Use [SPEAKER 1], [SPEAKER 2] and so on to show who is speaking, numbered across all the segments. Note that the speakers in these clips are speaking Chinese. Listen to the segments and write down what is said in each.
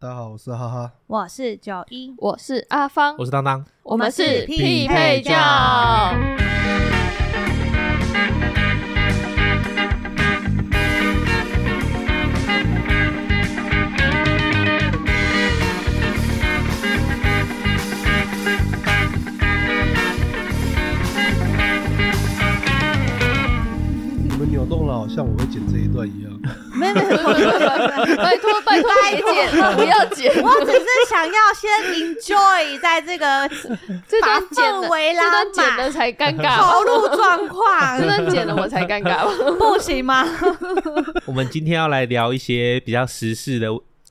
[SPEAKER 1] 大家好，我是哈哈。
[SPEAKER 2] 我是九一，
[SPEAKER 3] 我是阿芳，
[SPEAKER 4] 我是当当，
[SPEAKER 3] 我们是
[SPEAKER 2] 匹配
[SPEAKER 3] 匹配
[SPEAKER 2] 教
[SPEAKER 3] 教。
[SPEAKER 1] 你们扭动了，好像我会剪这一段一 样。
[SPEAKER 2] 没有没有，我
[SPEAKER 3] 拜托拜托，别剪，不要剪，
[SPEAKER 2] 我只是想要先 enjoy 在这个
[SPEAKER 3] 这
[SPEAKER 2] 把
[SPEAKER 3] 段剪
[SPEAKER 2] 氛
[SPEAKER 3] 了，
[SPEAKER 2] 围
[SPEAKER 3] 这
[SPEAKER 2] 拉
[SPEAKER 3] 段剪
[SPEAKER 2] 满
[SPEAKER 3] 了，才尴
[SPEAKER 2] 投
[SPEAKER 4] 啊
[SPEAKER 3] 尬，
[SPEAKER 2] 入状
[SPEAKER 3] 这
[SPEAKER 2] 况，
[SPEAKER 3] 段剪了我才尴尬。
[SPEAKER 2] 不行吗？
[SPEAKER 4] 我们今天要来聊一些比较时事的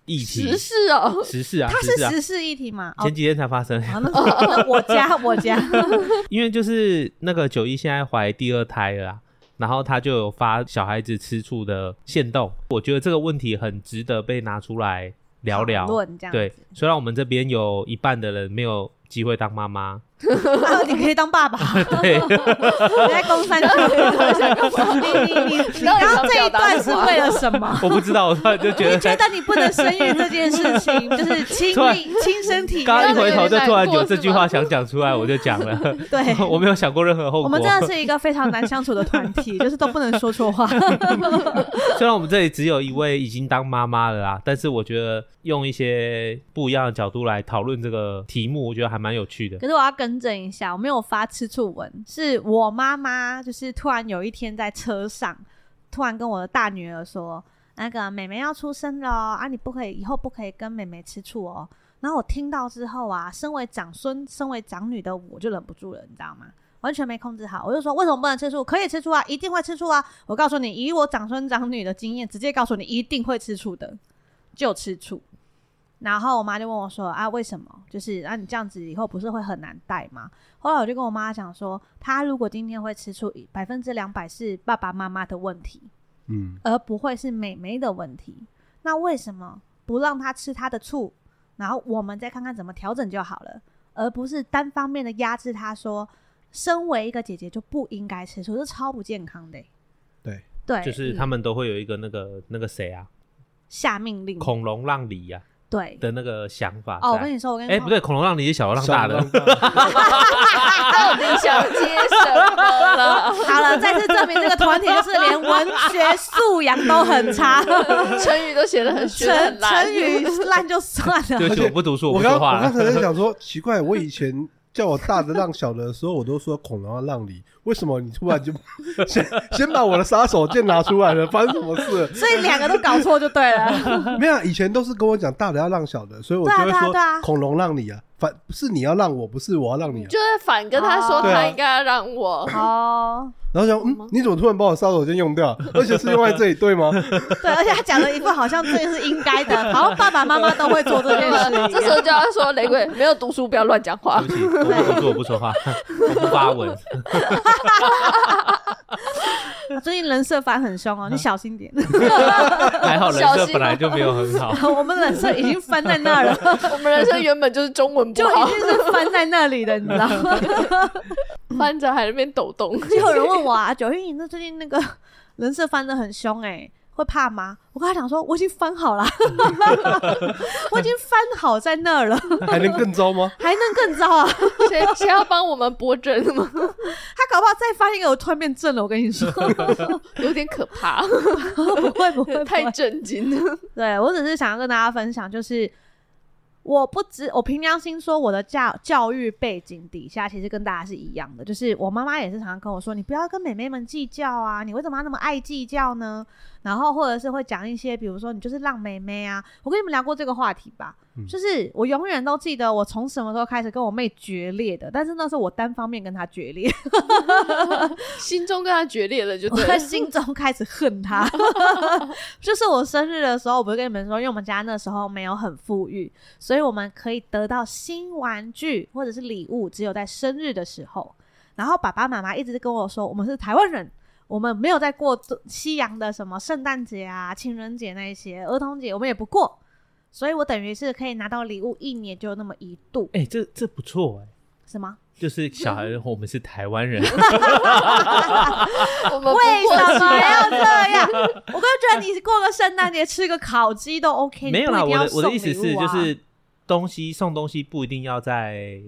[SPEAKER 4] 议题
[SPEAKER 3] 时，事哦，
[SPEAKER 4] 时事啊，
[SPEAKER 2] 它
[SPEAKER 4] 时
[SPEAKER 2] 是
[SPEAKER 4] 事啊，
[SPEAKER 2] 时事议题嘛？哦
[SPEAKER 4] 前，几天才发生，
[SPEAKER 2] 好那 那我家我家，
[SPEAKER 4] 因为就是那个九一现在怀第二胎了啦，然后他就有发小孩子吃醋的限动，我觉得这个问题很值得被拿出来聊聊
[SPEAKER 2] 讨。论这样
[SPEAKER 4] 对，虽然我们这边有一半的人没有机会当 妈妈，
[SPEAKER 2] 啊你可以当爸爸，
[SPEAKER 4] 对，
[SPEAKER 2] 你在公山区，你你你你
[SPEAKER 3] 到
[SPEAKER 2] 刚
[SPEAKER 3] 底
[SPEAKER 2] 刚
[SPEAKER 3] 想
[SPEAKER 2] 这一
[SPEAKER 3] 表达
[SPEAKER 2] 段是
[SPEAKER 3] 什么
[SPEAKER 2] 为了什么？
[SPEAKER 4] 我不知道，我突然就觉
[SPEAKER 2] 你
[SPEAKER 4] 得
[SPEAKER 2] 觉得你不能生育这件事 情，就是亲
[SPEAKER 4] 突然
[SPEAKER 2] 力亲身体
[SPEAKER 4] 刚刚一
[SPEAKER 2] 验，
[SPEAKER 4] 回头就突然有这句话想讲出来，我就讲了，
[SPEAKER 2] 对，
[SPEAKER 4] 我没有想过任何后果。
[SPEAKER 2] 我们真的是一个非常难相处的团体，就是都不能说错话。
[SPEAKER 4] 虽然我们这里只有一位已经当妈妈了啊啦，但是我觉得用一些不一样的角度来讨论这个题目，我觉得还蛮有趣的。
[SPEAKER 2] 可是我要更正一下，我没有发吃醋文，是我妈妈就是突然有一天在车上，突然跟我的大女儿说：“那个妹妹要出生了哦啊，你不可以以后不可以跟妹妹吃醋哦。”然后我听到之后啊，身为长孙、身为长女的我就忍不住了，你知道吗？完全没控制好，我就说为什么不能吃醋？可以吃醋啊，一定会吃醋啊！我告诉你，以我长孙长女的经验，直接告诉你一定会吃醋的，就吃醋。然后我妈就问我说：“啊，为什么？就是啊，你这样子以后不是会很难带吗？”后来我就跟我妈讲说，她如果今天会吃醋，百分之两百是爸爸妈妈的问题，
[SPEAKER 1] 嗯，
[SPEAKER 2] 而不会是妹妹的问题。那为什么不让她吃她的醋，然后我们再看看怎么调整就好了，而不是单方面的压制她说，身为一个姐姐就不应该吃醋，这超不健康的欸、
[SPEAKER 1] 对
[SPEAKER 2] 对，
[SPEAKER 4] 就是他们都会有一个那个那个谁啊，
[SPEAKER 2] 下命令。
[SPEAKER 4] 孔融让梨呀、
[SPEAKER 2] 对
[SPEAKER 4] 啊、，的那个想法在。
[SPEAKER 2] 哦，我跟你说，我跟你
[SPEAKER 4] 哎、
[SPEAKER 2] 说，
[SPEAKER 4] 不对，孔融让梨是小罗让大的，
[SPEAKER 3] 到底想接什么 了？
[SPEAKER 2] 好了，再次证明这个团体就是连文学素养都很差，
[SPEAKER 3] 成语都写的很学得
[SPEAKER 2] 成
[SPEAKER 3] 很烂
[SPEAKER 2] 成语烂就算了。
[SPEAKER 4] 对不 起，我不读书，
[SPEAKER 1] 我
[SPEAKER 4] 不
[SPEAKER 1] 刚
[SPEAKER 4] 说
[SPEAKER 1] 我
[SPEAKER 4] 话
[SPEAKER 1] 刚
[SPEAKER 4] 了。
[SPEAKER 1] 才在想说，奇怪，我以前叫我大的让小的的时候，我都说恐龙要让梨，为什么你突然就 先先把我的杀手锏拿出来了？发生什么事？
[SPEAKER 2] 所以两个都搞错就对了。
[SPEAKER 1] 没有啊，以前都是跟我讲大的要让小的，所以我就会
[SPEAKER 2] 对啊对啊
[SPEAKER 1] 说
[SPEAKER 2] 对啊
[SPEAKER 1] 恐龙让你啊，反不是你要让我，不是我要让你啊。
[SPEAKER 3] 就是反跟他说，
[SPEAKER 1] 哦对
[SPEAKER 3] 他
[SPEAKER 1] 啊
[SPEAKER 3] 应该要让我。
[SPEAKER 2] 哦，
[SPEAKER 1] 然后想，嗯，你怎么突然把我杀手锏用掉？而且是用在这里，对吗？
[SPEAKER 2] 对，而且他讲了一副好像这是应该的，好像爸爸妈妈都会做这件事一样。
[SPEAKER 3] 这时候就要说雷鬼没有读书，不要乱讲话
[SPEAKER 4] 对。不起，我不读书，我不说话，我不发文。
[SPEAKER 2] 最近人设反很 凶哦，你小心点。
[SPEAKER 4] 还好人
[SPEAKER 3] 小
[SPEAKER 4] 设
[SPEAKER 3] 心
[SPEAKER 4] 本来就没有很好。
[SPEAKER 2] 我们人设已经翻在那儿了，
[SPEAKER 3] 我们人生原本就是中文不
[SPEAKER 2] 就已
[SPEAKER 3] 好，
[SPEAKER 2] 经是翻在那里的，你知道吗？
[SPEAKER 3] 翻着还在那边抖动。
[SPEAKER 2] 就有人问我啊，九运你那最近那个 人设翻的很凶哎、会怕吗？我跟他讲说，我已经翻好了， 我已经翻好在那儿了，
[SPEAKER 1] 还能更糟吗？
[SPEAKER 2] 还能更糟啊！
[SPEAKER 3] 谁谁要帮我们拨针吗？
[SPEAKER 2] 他搞不好再翻一个，我突然变正了。我跟你说，
[SPEAKER 3] 有点 可怕，
[SPEAKER 2] 不会不会，不
[SPEAKER 3] 太
[SPEAKER 2] 会
[SPEAKER 3] 震惊了。
[SPEAKER 2] 对我只是想要跟大家分享，就是我不知我凭良心说，我的教教育背景底下，其实跟大家是一样的，就是我妈妈也是常常跟我说，你不要跟妹妹们计较啊，你为什么要那么爱计较呢？然后或者是会讲一些，比如说你就是让妹妹啊，我跟你们聊过这个话题吧，
[SPEAKER 1] 嗯
[SPEAKER 2] 就是我永远都记得我从什么时候开始跟我妹决裂的，但是那是我单方面跟她决裂，
[SPEAKER 3] 心中跟他决裂了，就
[SPEAKER 2] 我
[SPEAKER 3] 对
[SPEAKER 2] 在
[SPEAKER 3] 了。
[SPEAKER 2] 心中开始恨他。就是我生日的时候，我不是跟你们说，因为我们家那时候没有很富裕，所以我们可以得到新玩具或者是礼物，只有在生日的时候。然后爸爸妈妈一直跟我说，我们是台湾人。我们没有在过西洋的什么圣诞节啊、情人节那一些，儿童节我们也不过，所以我等于是可以拿到礼物，一年就那么一度。
[SPEAKER 4] 哎、这这不错哎、
[SPEAKER 2] 什么？
[SPEAKER 4] 就是小孩，我们是台湾人，
[SPEAKER 3] 我们
[SPEAKER 2] 为
[SPEAKER 3] 不过啊
[SPEAKER 2] 什
[SPEAKER 3] 是
[SPEAKER 2] 么要这样？我都觉得你过个圣诞节吃个烤鸡都 OK，
[SPEAKER 4] 没有啦。
[SPEAKER 2] 你不一定
[SPEAKER 4] 我
[SPEAKER 2] 要
[SPEAKER 4] 的我的意思
[SPEAKER 2] 送礼
[SPEAKER 4] 是，
[SPEAKER 2] 物啊
[SPEAKER 4] 就是东西送东西不一定要在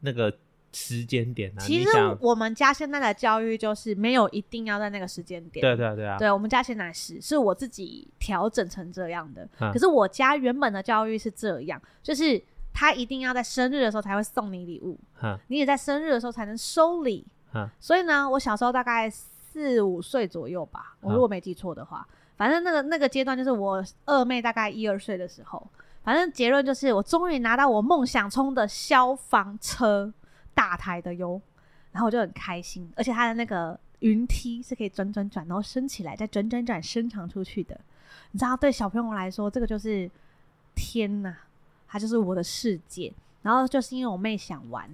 [SPEAKER 4] 那个时间点啊。
[SPEAKER 2] 其
[SPEAKER 4] 你
[SPEAKER 2] 实
[SPEAKER 4] 想，
[SPEAKER 2] 我们家现在的教育就是没有一定要在那个时间点。
[SPEAKER 4] 对对对啊，
[SPEAKER 2] 对我们家现在是是我自己调整成这样的。
[SPEAKER 4] 嗯
[SPEAKER 2] 可是我家原本的教育是这样，就是他一定要在生日的时候才会送你礼物，
[SPEAKER 4] 哈
[SPEAKER 2] 你也在生日的时候才能收礼。
[SPEAKER 4] 哈，
[SPEAKER 2] 所以呢，我小时候大概四五岁左右吧，我
[SPEAKER 4] 啊
[SPEAKER 2] 如果没记错的话，反正那个那个阶段就是我二妹大概一二岁的时候，反正结论就是我终于拿到我梦想中的消防车大台的哟，然后我就很开心，而且它的那个云梯是可以转转转，然后升起来，再转转转伸长出去的，你知道，对小朋友来说，这个就是天呐，它就是我的世界。然后就是因为我妹想玩，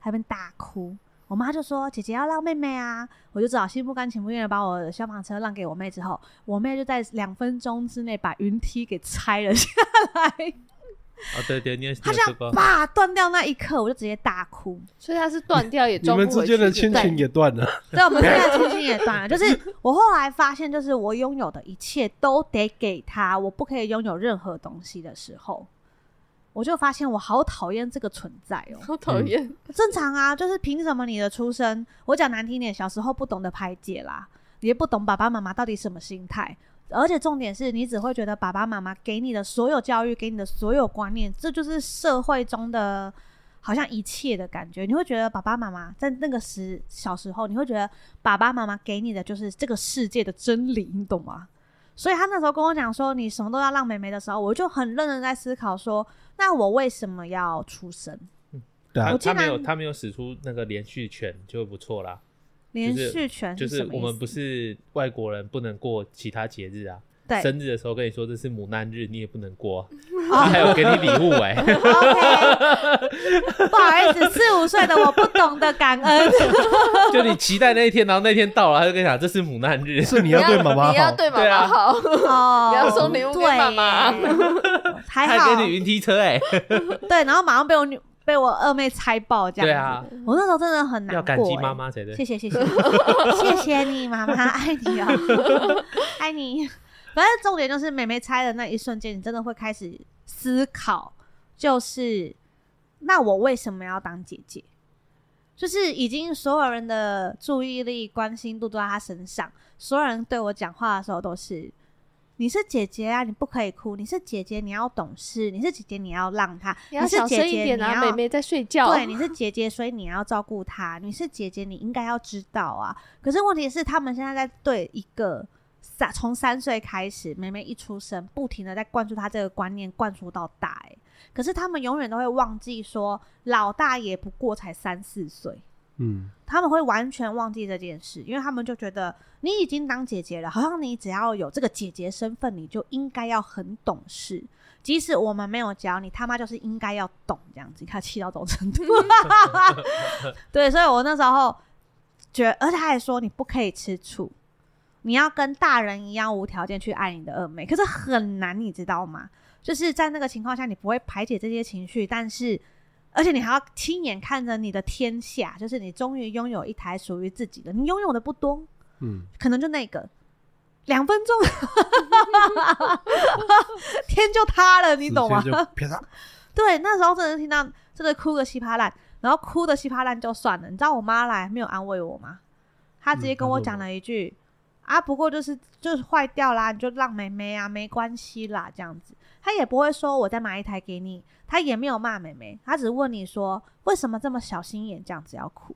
[SPEAKER 2] 还边大哭。我妈就说：“姐姐要让妹妹啊！”我就只好心不甘情不愿的把我的消防车让给我妹。之后，我妹就在两分钟之内把云梯给拆了下来。
[SPEAKER 4] 哦对对，你有你
[SPEAKER 2] 她
[SPEAKER 4] 有
[SPEAKER 2] 这
[SPEAKER 4] 说
[SPEAKER 2] 样
[SPEAKER 4] 过，
[SPEAKER 2] 啪断掉那一刻，我就直接大哭。
[SPEAKER 3] 所以它是断掉也
[SPEAKER 1] 你
[SPEAKER 3] 装不
[SPEAKER 1] 们
[SPEAKER 3] 回去。
[SPEAKER 1] 之间的
[SPEAKER 3] 对
[SPEAKER 1] 亲
[SPEAKER 3] 不对
[SPEAKER 1] 情也断了，
[SPEAKER 2] 对，我们现在亲情也断了。就是我后来发现，就是我拥有的一切都得给她，我不可以拥有任何东西的时候，我就发现我好讨厌这个存在哦、
[SPEAKER 3] 好讨
[SPEAKER 1] 嗯
[SPEAKER 3] 厌，
[SPEAKER 2] 正常啊，就是凭什么你的出生？我讲难听点，小时候不懂得排解啦，你也不懂爸爸妈妈到底什么心态。而且重点是你只会觉得爸爸妈妈给你的所有教育，给你的所有观念，这就是社会中的好像一切的感觉。你会觉得爸爸妈妈在那个时小时候，你会觉得爸爸妈妈给你的就是这个世界的真理，你懂吗？所以他那时候跟我讲说你什么都要让妹妹的时候，我就很认真在思考说，那我为什么要出生？
[SPEAKER 1] 对啊
[SPEAKER 4] 他
[SPEAKER 2] 我竟
[SPEAKER 4] 他没有
[SPEAKER 2] 然
[SPEAKER 4] 他没有使出那个连续拳就不错啦，
[SPEAKER 2] 连
[SPEAKER 4] 就是
[SPEAKER 2] 续权
[SPEAKER 4] 就是
[SPEAKER 2] 什么
[SPEAKER 4] 我
[SPEAKER 2] 意
[SPEAKER 4] 们
[SPEAKER 2] 思
[SPEAKER 4] 不是外国人不能过其他节日啊，
[SPEAKER 2] 对
[SPEAKER 4] 生日的时候跟你说这是母难日，你也不能过啊，
[SPEAKER 2] 哦
[SPEAKER 4] 他还有给你礼物哎，
[SPEAKER 2] OK，不好意思，四五岁的我不懂得感恩。
[SPEAKER 4] 就你期待那一天，然后那天到了，他就跟你讲这是母难日，
[SPEAKER 1] 是你要对妈妈
[SPEAKER 3] 你要
[SPEAKER 1] 好，
[SPEAKER 3] 对妈妈好，
[SPEAKER 2] 哦，
[SPEAKER 3] 你要送礼物给妈妈
[SPEAKER 2] 对耶，还
[SPEAKER 4] 他
[SPEAKER 2] 好
[SPEAKER 4] 还给你云梯车哎、
[SPEAKER 2] 对，然后马上被我女被我二妹拆爆这样。
[SPEAKER 4] 对，啊，
[SPEAKER 2] 我那时候真的很难过。欸
[SPEAKER 4] 要感激妈，妈才对
[SPEAKER 2] 谢。谢谢 谢谢谢你妈妈，爱你 哦，爱你。反正重点就是妹妹拆的那一瞬间，你真的会开始思考，就是那我为什么要当姐姐？就是已经所有人的注意力、关心度都在她身上，所有人对我讲话的时候都是：“你是姐姐啊，你不可以哭；你是姐姐，你要懂事；你是姐姐，你要让她；
[SPEAKER 3] 你要
[SPEAKER 2] 是
[SPEAKER 3] 小
[SPEAKER 2] 姐
[SPEAKER 3] 声一
[SPEAKER 2] 姐，
[SPEAKER 3] 点
[SPEAKER 2] 你
[SPEAKER 3] 啊，
[SPEAKER 2] 要
[SPEAKER 3] 妹妹在睡觉。
[SPEAKER 2] 对，你是姐姐，所以你要照顾她。你是姐姐，你应该要知道啊。可是问题是，他们现在在对一个三从三岁开始，妹妹一出生，不停的在灌输她这个观念，灌输到大、欸。可是他们永远都会忘记说，老大也不过才三四岁。
[SPEAKER 1] 嗯，
[SPEAKER 2] 他们会完全忘记这件事，因为他们就觉得你已经当姐姐了，好像你只要有这个姐姐身份，你就应该要很懂事。即使我们没有教你，他妈就是应该要懂这样子，你看气到这种程度。对，所以我那时候觉得，而且他还说你不可以吃醋，你要跟大人一样无条件去爱你的二妹，可是很难，你知道吗？就是在那个情况下，你不会排解这些情绪，但是而且你还要亲眼看着你的天下，就是你终于拥有一台属于自己的，你拥有的不多，
[SPEAKER 1] 嗯，
[SPEAKER 2] 可能就那个两分钟，天就塌了，你懂吗
[SPEAKER 1] 直？接就 啪嗒，
[SPEAKER 2] 对，那时候真的听到真的哭个稀巴烂，然后哭的稀巴烂就算了，你知道我妈来没有安慰我吗？她直接
[SPEAKER 1] 嗯
[SPEAKER 2] 跟
[SPEAKER 1] 安
[SPEAKER 2] 我
[SPEAKER 1] 慰
[SPEAKER 2] 讲
[SPEAKER 1] 我
[SPEAKER 2] 了一句：“啊，不过就是就是坏掉啦，你就让妹妹啊，没关系啦，这样子。”她也不会说我再买一台给你，她也没有骂妹妹，她只问你说为什么这么小心眼，这样子要哭。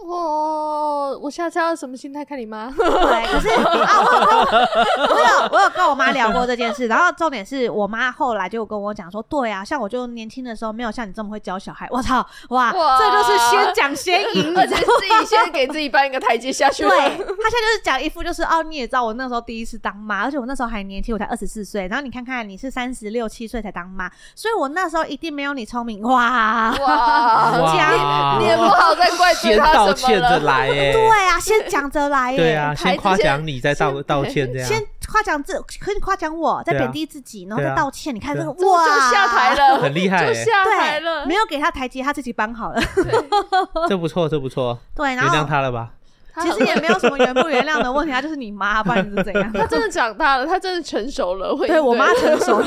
[SPEAKER 3] 哦，我下次要什么心态看你妈？
[SPEAKER 2] 对，可 是啊，我有跟我我有我有跟我妈聊过这件事，然后重点是我妈后来就跟我讲说，对啊，像我就年轻的时候没有像你这么会教小孩，我操，哇，
[SPEAKER 3] 哇
[SPEAKER 2] 这就是先讲先 赢，
[SPEAKER 3] 而且自己先给自己搬一个台阶下去
[SPEAKER 2] 对
[SPEAKER 3] 了。
[SPEAKER 2] 他现在就是讲一副就是哦，你也知道我那时候第一次当妈，而且我那时候还年轻，我才二十四岁，然后你看看你是三十六七岁才当妈，所以我那时候一定没有你聪明，哇，
[SPEAKER 3] 哇，
[SPEAKER 4] 哇
[SPEAKER 3] 你也不好再怪罪
[SPEAKER 4] 先
[SPEAKER 3] 他
[SPEAKER 4] 道
[SPEAKER 3] 什么
[SPEAKER 4] 歉着
[SPEAKER 3] 了。
[SPEAKER 4] 来哎、
[SPEAKER 2] 对啊，先讲着来耶，
[SPEAKER 4] 对啊，
[SPEAKER 3] 牌
[SPEAKER 4] 先
[SPEAKER 3] 子
[SPEAKER 4] 夸
[SPEAKER 3] 先
[SPEAKER 4] 奖你，再道
[SPEAKER 3] 先
[SPEAKER 4] 道歉这样。
[SPEAKER 2] 先夸奖自，可是夸奖我，在
[SPEAKER 4] 对啊
[SPEAKER 2] 贬低自己，然后
[SPEAKER 4] 对
[SPEAKER 2] 再
[SPEAKER 4] 啊
[SPEAKER 2] 道歉。你看这个，
[SPEAKER 4] 对
[SPEAKER 2] 哇，
[SPEAKER 3] 就就下台，了，
[SPEAKER 4] 很厉害
[SPEAKER 3] 就
[SPEAKER 4] 欸
[SPEAKER 3] 下
[SPEAKER 2] 对，
[SPEAKER 3] 台了，
[SPEAKER 2] 没有给他台阶，他自己搬好了。
[SPEAKER 4] 这不错，这不错，
[SPEAKER 2] 对，
[SPEAKER 4] 原
[SPEAKER 2] 然
[SPEAKER 4] 谅
[SPEAKER 2] 后
[SPEAKER 4] 他了 吧？
[SPEAKER 3] 他
[SPEAKER 2] 其
[SPEAKER 3] 很
[SPEAKER 2] 实也没有什么原不原谅的问题，他就是你妈，不然你是怎 样？
[SPEAKER 3] 他真的长大了，他真的成熟了，会
[SPEAKER 2] 对我妈
[SPEAKER 3] 应
[SPEAKER 2] 成熟，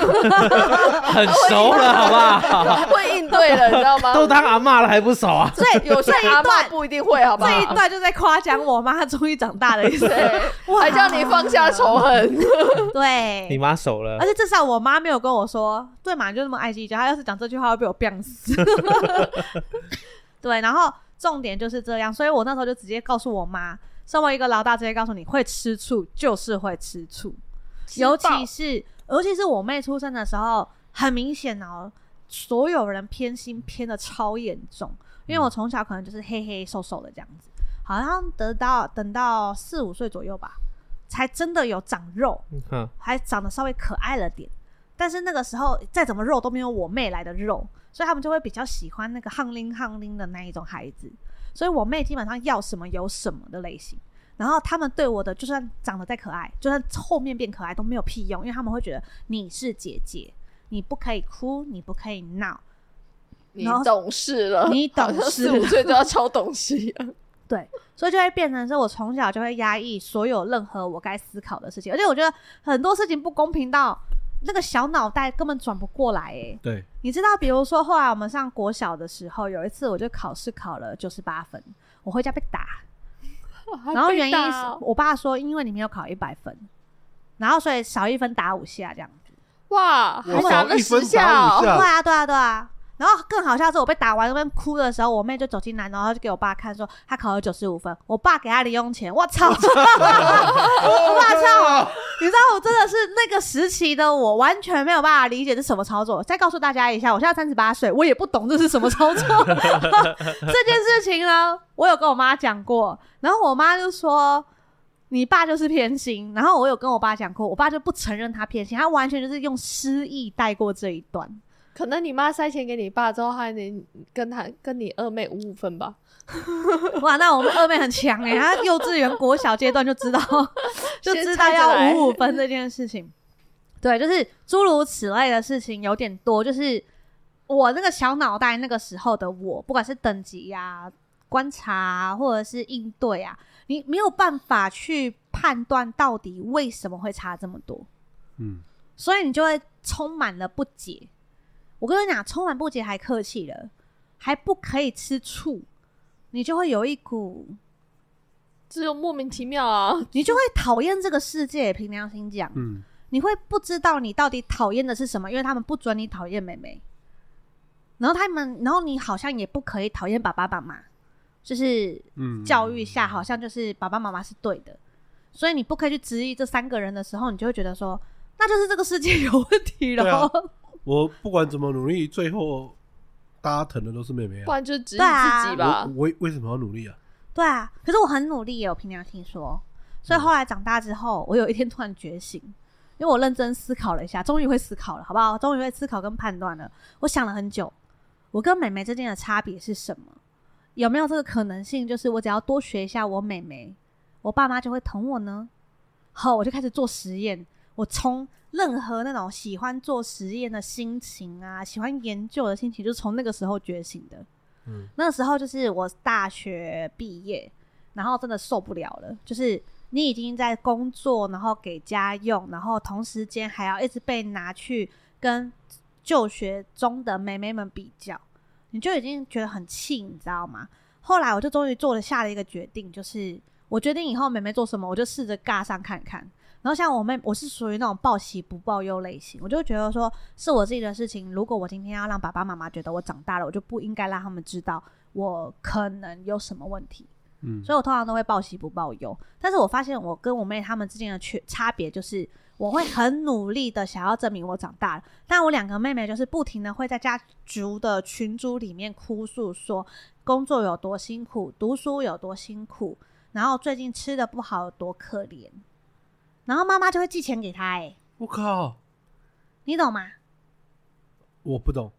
[SPEAKER 4] 很熟了，好不 好？
[SPEAKER 3] 对会应对了，你知道 吗？
[SPEAKER 4] 都当阿嬷了还不熟啊？
[SPEAKER 2] 所以
[SPEAKER 3] 有些
[SPEAKER 2] 这一
[SPEAKER 3] 阿嬷
[SPEAKER 2] 段
[SPEAKER 3] 不一定会，好不 好？
[SPEAKER 2] 这一段就在夸奖我妈，她终于长大了一岁，
[SPEAKER 3] 对，
[SPEAKER 2] 哇
[SPEAKER 3] 还叫你放下仇恨，
[SPEAKER 2] 对，
[SPEAKER 4] 你妈熟了
[SPEAKER 2] 而，且至少我妈没有跟我说，对嘛，你就那么爱计较。她要是讲这句话，会被我病死。对，然后重点就是这样，所以我那时候就直接告诉我妈，身为一个老大，直接告诉你，会吃醋就是会吃醋，尤其是尤其是我妹出生的时候，很明显哦，所有人偏心偏的超严重，因为我从小可能就是黑黑瘦瘦的这样子，好像得到等到四五岁左右吧，才真的有长肉。
[SPEAKER 4] 哼，
[SPEAKER 2] 还长得稍微可爱了点，但是那个时候再怎么肉都没有我妹来的肉，所以他们就会比较喜欢那个夯拎夯拎的那一种孩子。所以我妹基本上要什么有什么的类型。然后他们对我的就算长得再可爱，就算后面变可爱都没有屁用，因为他们会觉得你是姐姐，你不可以哭，你不可以闹。
[SPEAKER 3] 你懂事了，
[SPEAKER 2] 你懂事了
[SPEAKER 3] 四五岁就要抄东西 一样，
[SPEAKER 2] 对，所以就会变成是我从小就会压抑所有任何我该思考的事情，而且我觉得很多事情不公平到那个小脑袋根本转不过来、欸，
[SPEAKER 1] 对，
[SPEAKER 2] 你知道，比如说后来我们上国小的时候，有一次我就考试考了九十八分，我回家被打，然后原因是
[SPEAKER 3] 啊还被打哦
[SPEAKER 2] 我爸说，因为你没有考一百分，然后所以少一分打五下这样子。
[SPEAKER 3] 哇，
[SPEAKER 1] 我
[SPEAKER 3] 还打
[SPEAKER 1] 少
[SPEAKER 3] 了
[SPEAKER 1] 一分
[SPEAKER 3] 十
[SPEAKER 1] 打
[SPEAKER 3] 下
[SPEAKER 1] 五
[SPEAKER 3] 哦，
[SPEAKER 1] 下
[SPEAKER 2] 对啊，对啊，对啊。然后更好笑的是，我被打完那边哭的时候，我妹就走进来，然后就给我爸看说她考了九十五分，我爸给她零用钱，我操！
[SPEAKER 1] 我
[SPEAKER 2] 操！
[SPEAKER 1] 啊
[SPEAKER 2] 你知道我真的是那个时期的我，完全没有办法理解这是什么操作。再告诉大家一下，我现在三十八岁，我也不懂这是什么操作。 这件事情呢，我有跟我妈讲过，然后我妈就说。你爸就是偏心，然后我有跟我爸讲过，我爸就不承认他偏心，他完全就是用失忆带过这一段。
[SPEAKER 3] 可能你妈塞钱给你爸之后，还能跟他跟你二妹五五分吧？
[SPEAKER 2] 哇，那我们二妹很强哎、她幼稚园、国小阶段就知道，就知道要五五分这件事情。对，就是诸如此类的事情有点多，就是我那个小脑袋那个时候的我，不管是等级呀、观察、啊、或者是应对啊，你没有办法去判断到底为什么会差这么多。
[SPEAKER 1] 嗯，
[SPEAKER 2] 所以你就会充满了不解。我跟你讲，充满不解还客气了，还不可以吃醋，你就会有一股，
[SPEAKER 3] 这就莫名其妙啊！
[SPEAKER 2] 你就会讨厌这个世界。凭良心讲，
[SPEAKER 1] 嗯，
[SPEAKER 2] 你会不知道你到底讨厌的是什么，因为他们不准你讨厌妹妹。然后他们，然后你好像也不可以讨厌爸爸妈妈，就是
[SPEAKER 1] 嗯，
[SPEAKER 2] 教育下，好像就是爸爸妈妈是对的，所以你不可以去质疑这三个人的时候，你就会觉得说，那就是这个世界有问题
[SPEAKER 1] 对啊
[SPEAKER 2] 了。
[SPEAKER 1] 我不管怎么努力，最后搭疼的都是妹妹
[SPEAKER 3] 不
[SPEAKER 1] 啊。
[SPEAKER 3] 然就指引
[SPEAKER 2] 对啊
[SPEAKER 3] 自己吧
[SPEAKER 1] 我。为为什么要努力啊？
[SPEAKER 2] 对啊，可是我很努力耶，我平常听说，所以后来长大之后，我有一天突然觉醒，因为我认真思考了一下，终于会思考了，好不好？终于会思考跟判断了。我想了很久，我跟美眉之间的差别是什么？有没有这个可能性？就是我只要多学一下我美眉，我爸妈就会疼我呢？好，我就开始做实验。我从任何那种喜欢做实验的心情啊，喜欢研究的心情，就是从那个时候觉醒的。
[SPEAKER 1] 嗯，
[SPEAKER 2] 那时候就是我大学毕业，然后真的受不了了，就是你已经在工作，然后给家用，然后同时间还要一直被拿去跟就学中的妹妹们比较，你就已经觉得很气，你知道吗？后来我就终于做了下了一个决定，就是我决定以后妹妹做什么，我就试着尬上看看。然后像我妹，我是属于那种报喜不报忧类型，我就觉得说是我自己的事情。如果我今天要让爸爸妈妈觉得我长大了，我就不应该让他们知道我可能有什么问题。
[SPEAKER 1] 嗯，
[SPEAKER 2] 所以我通常都会报喜不报忧。但是我发现我跟我妹她们之间的缺差别就是，我会很努力的想要证明我长大了，但我两个妹妹就是不停的会在家族的群组里面哭诉说工作有多辛苦，读书有多辛苦，然后最近吃的不好有多可怜，然后妈妈就会寄钱给她、欸，
[SPEAKER 1] 我靠，
[SPEAKER 2] 你懂吗？
[SPEAKER 1] 我不懂。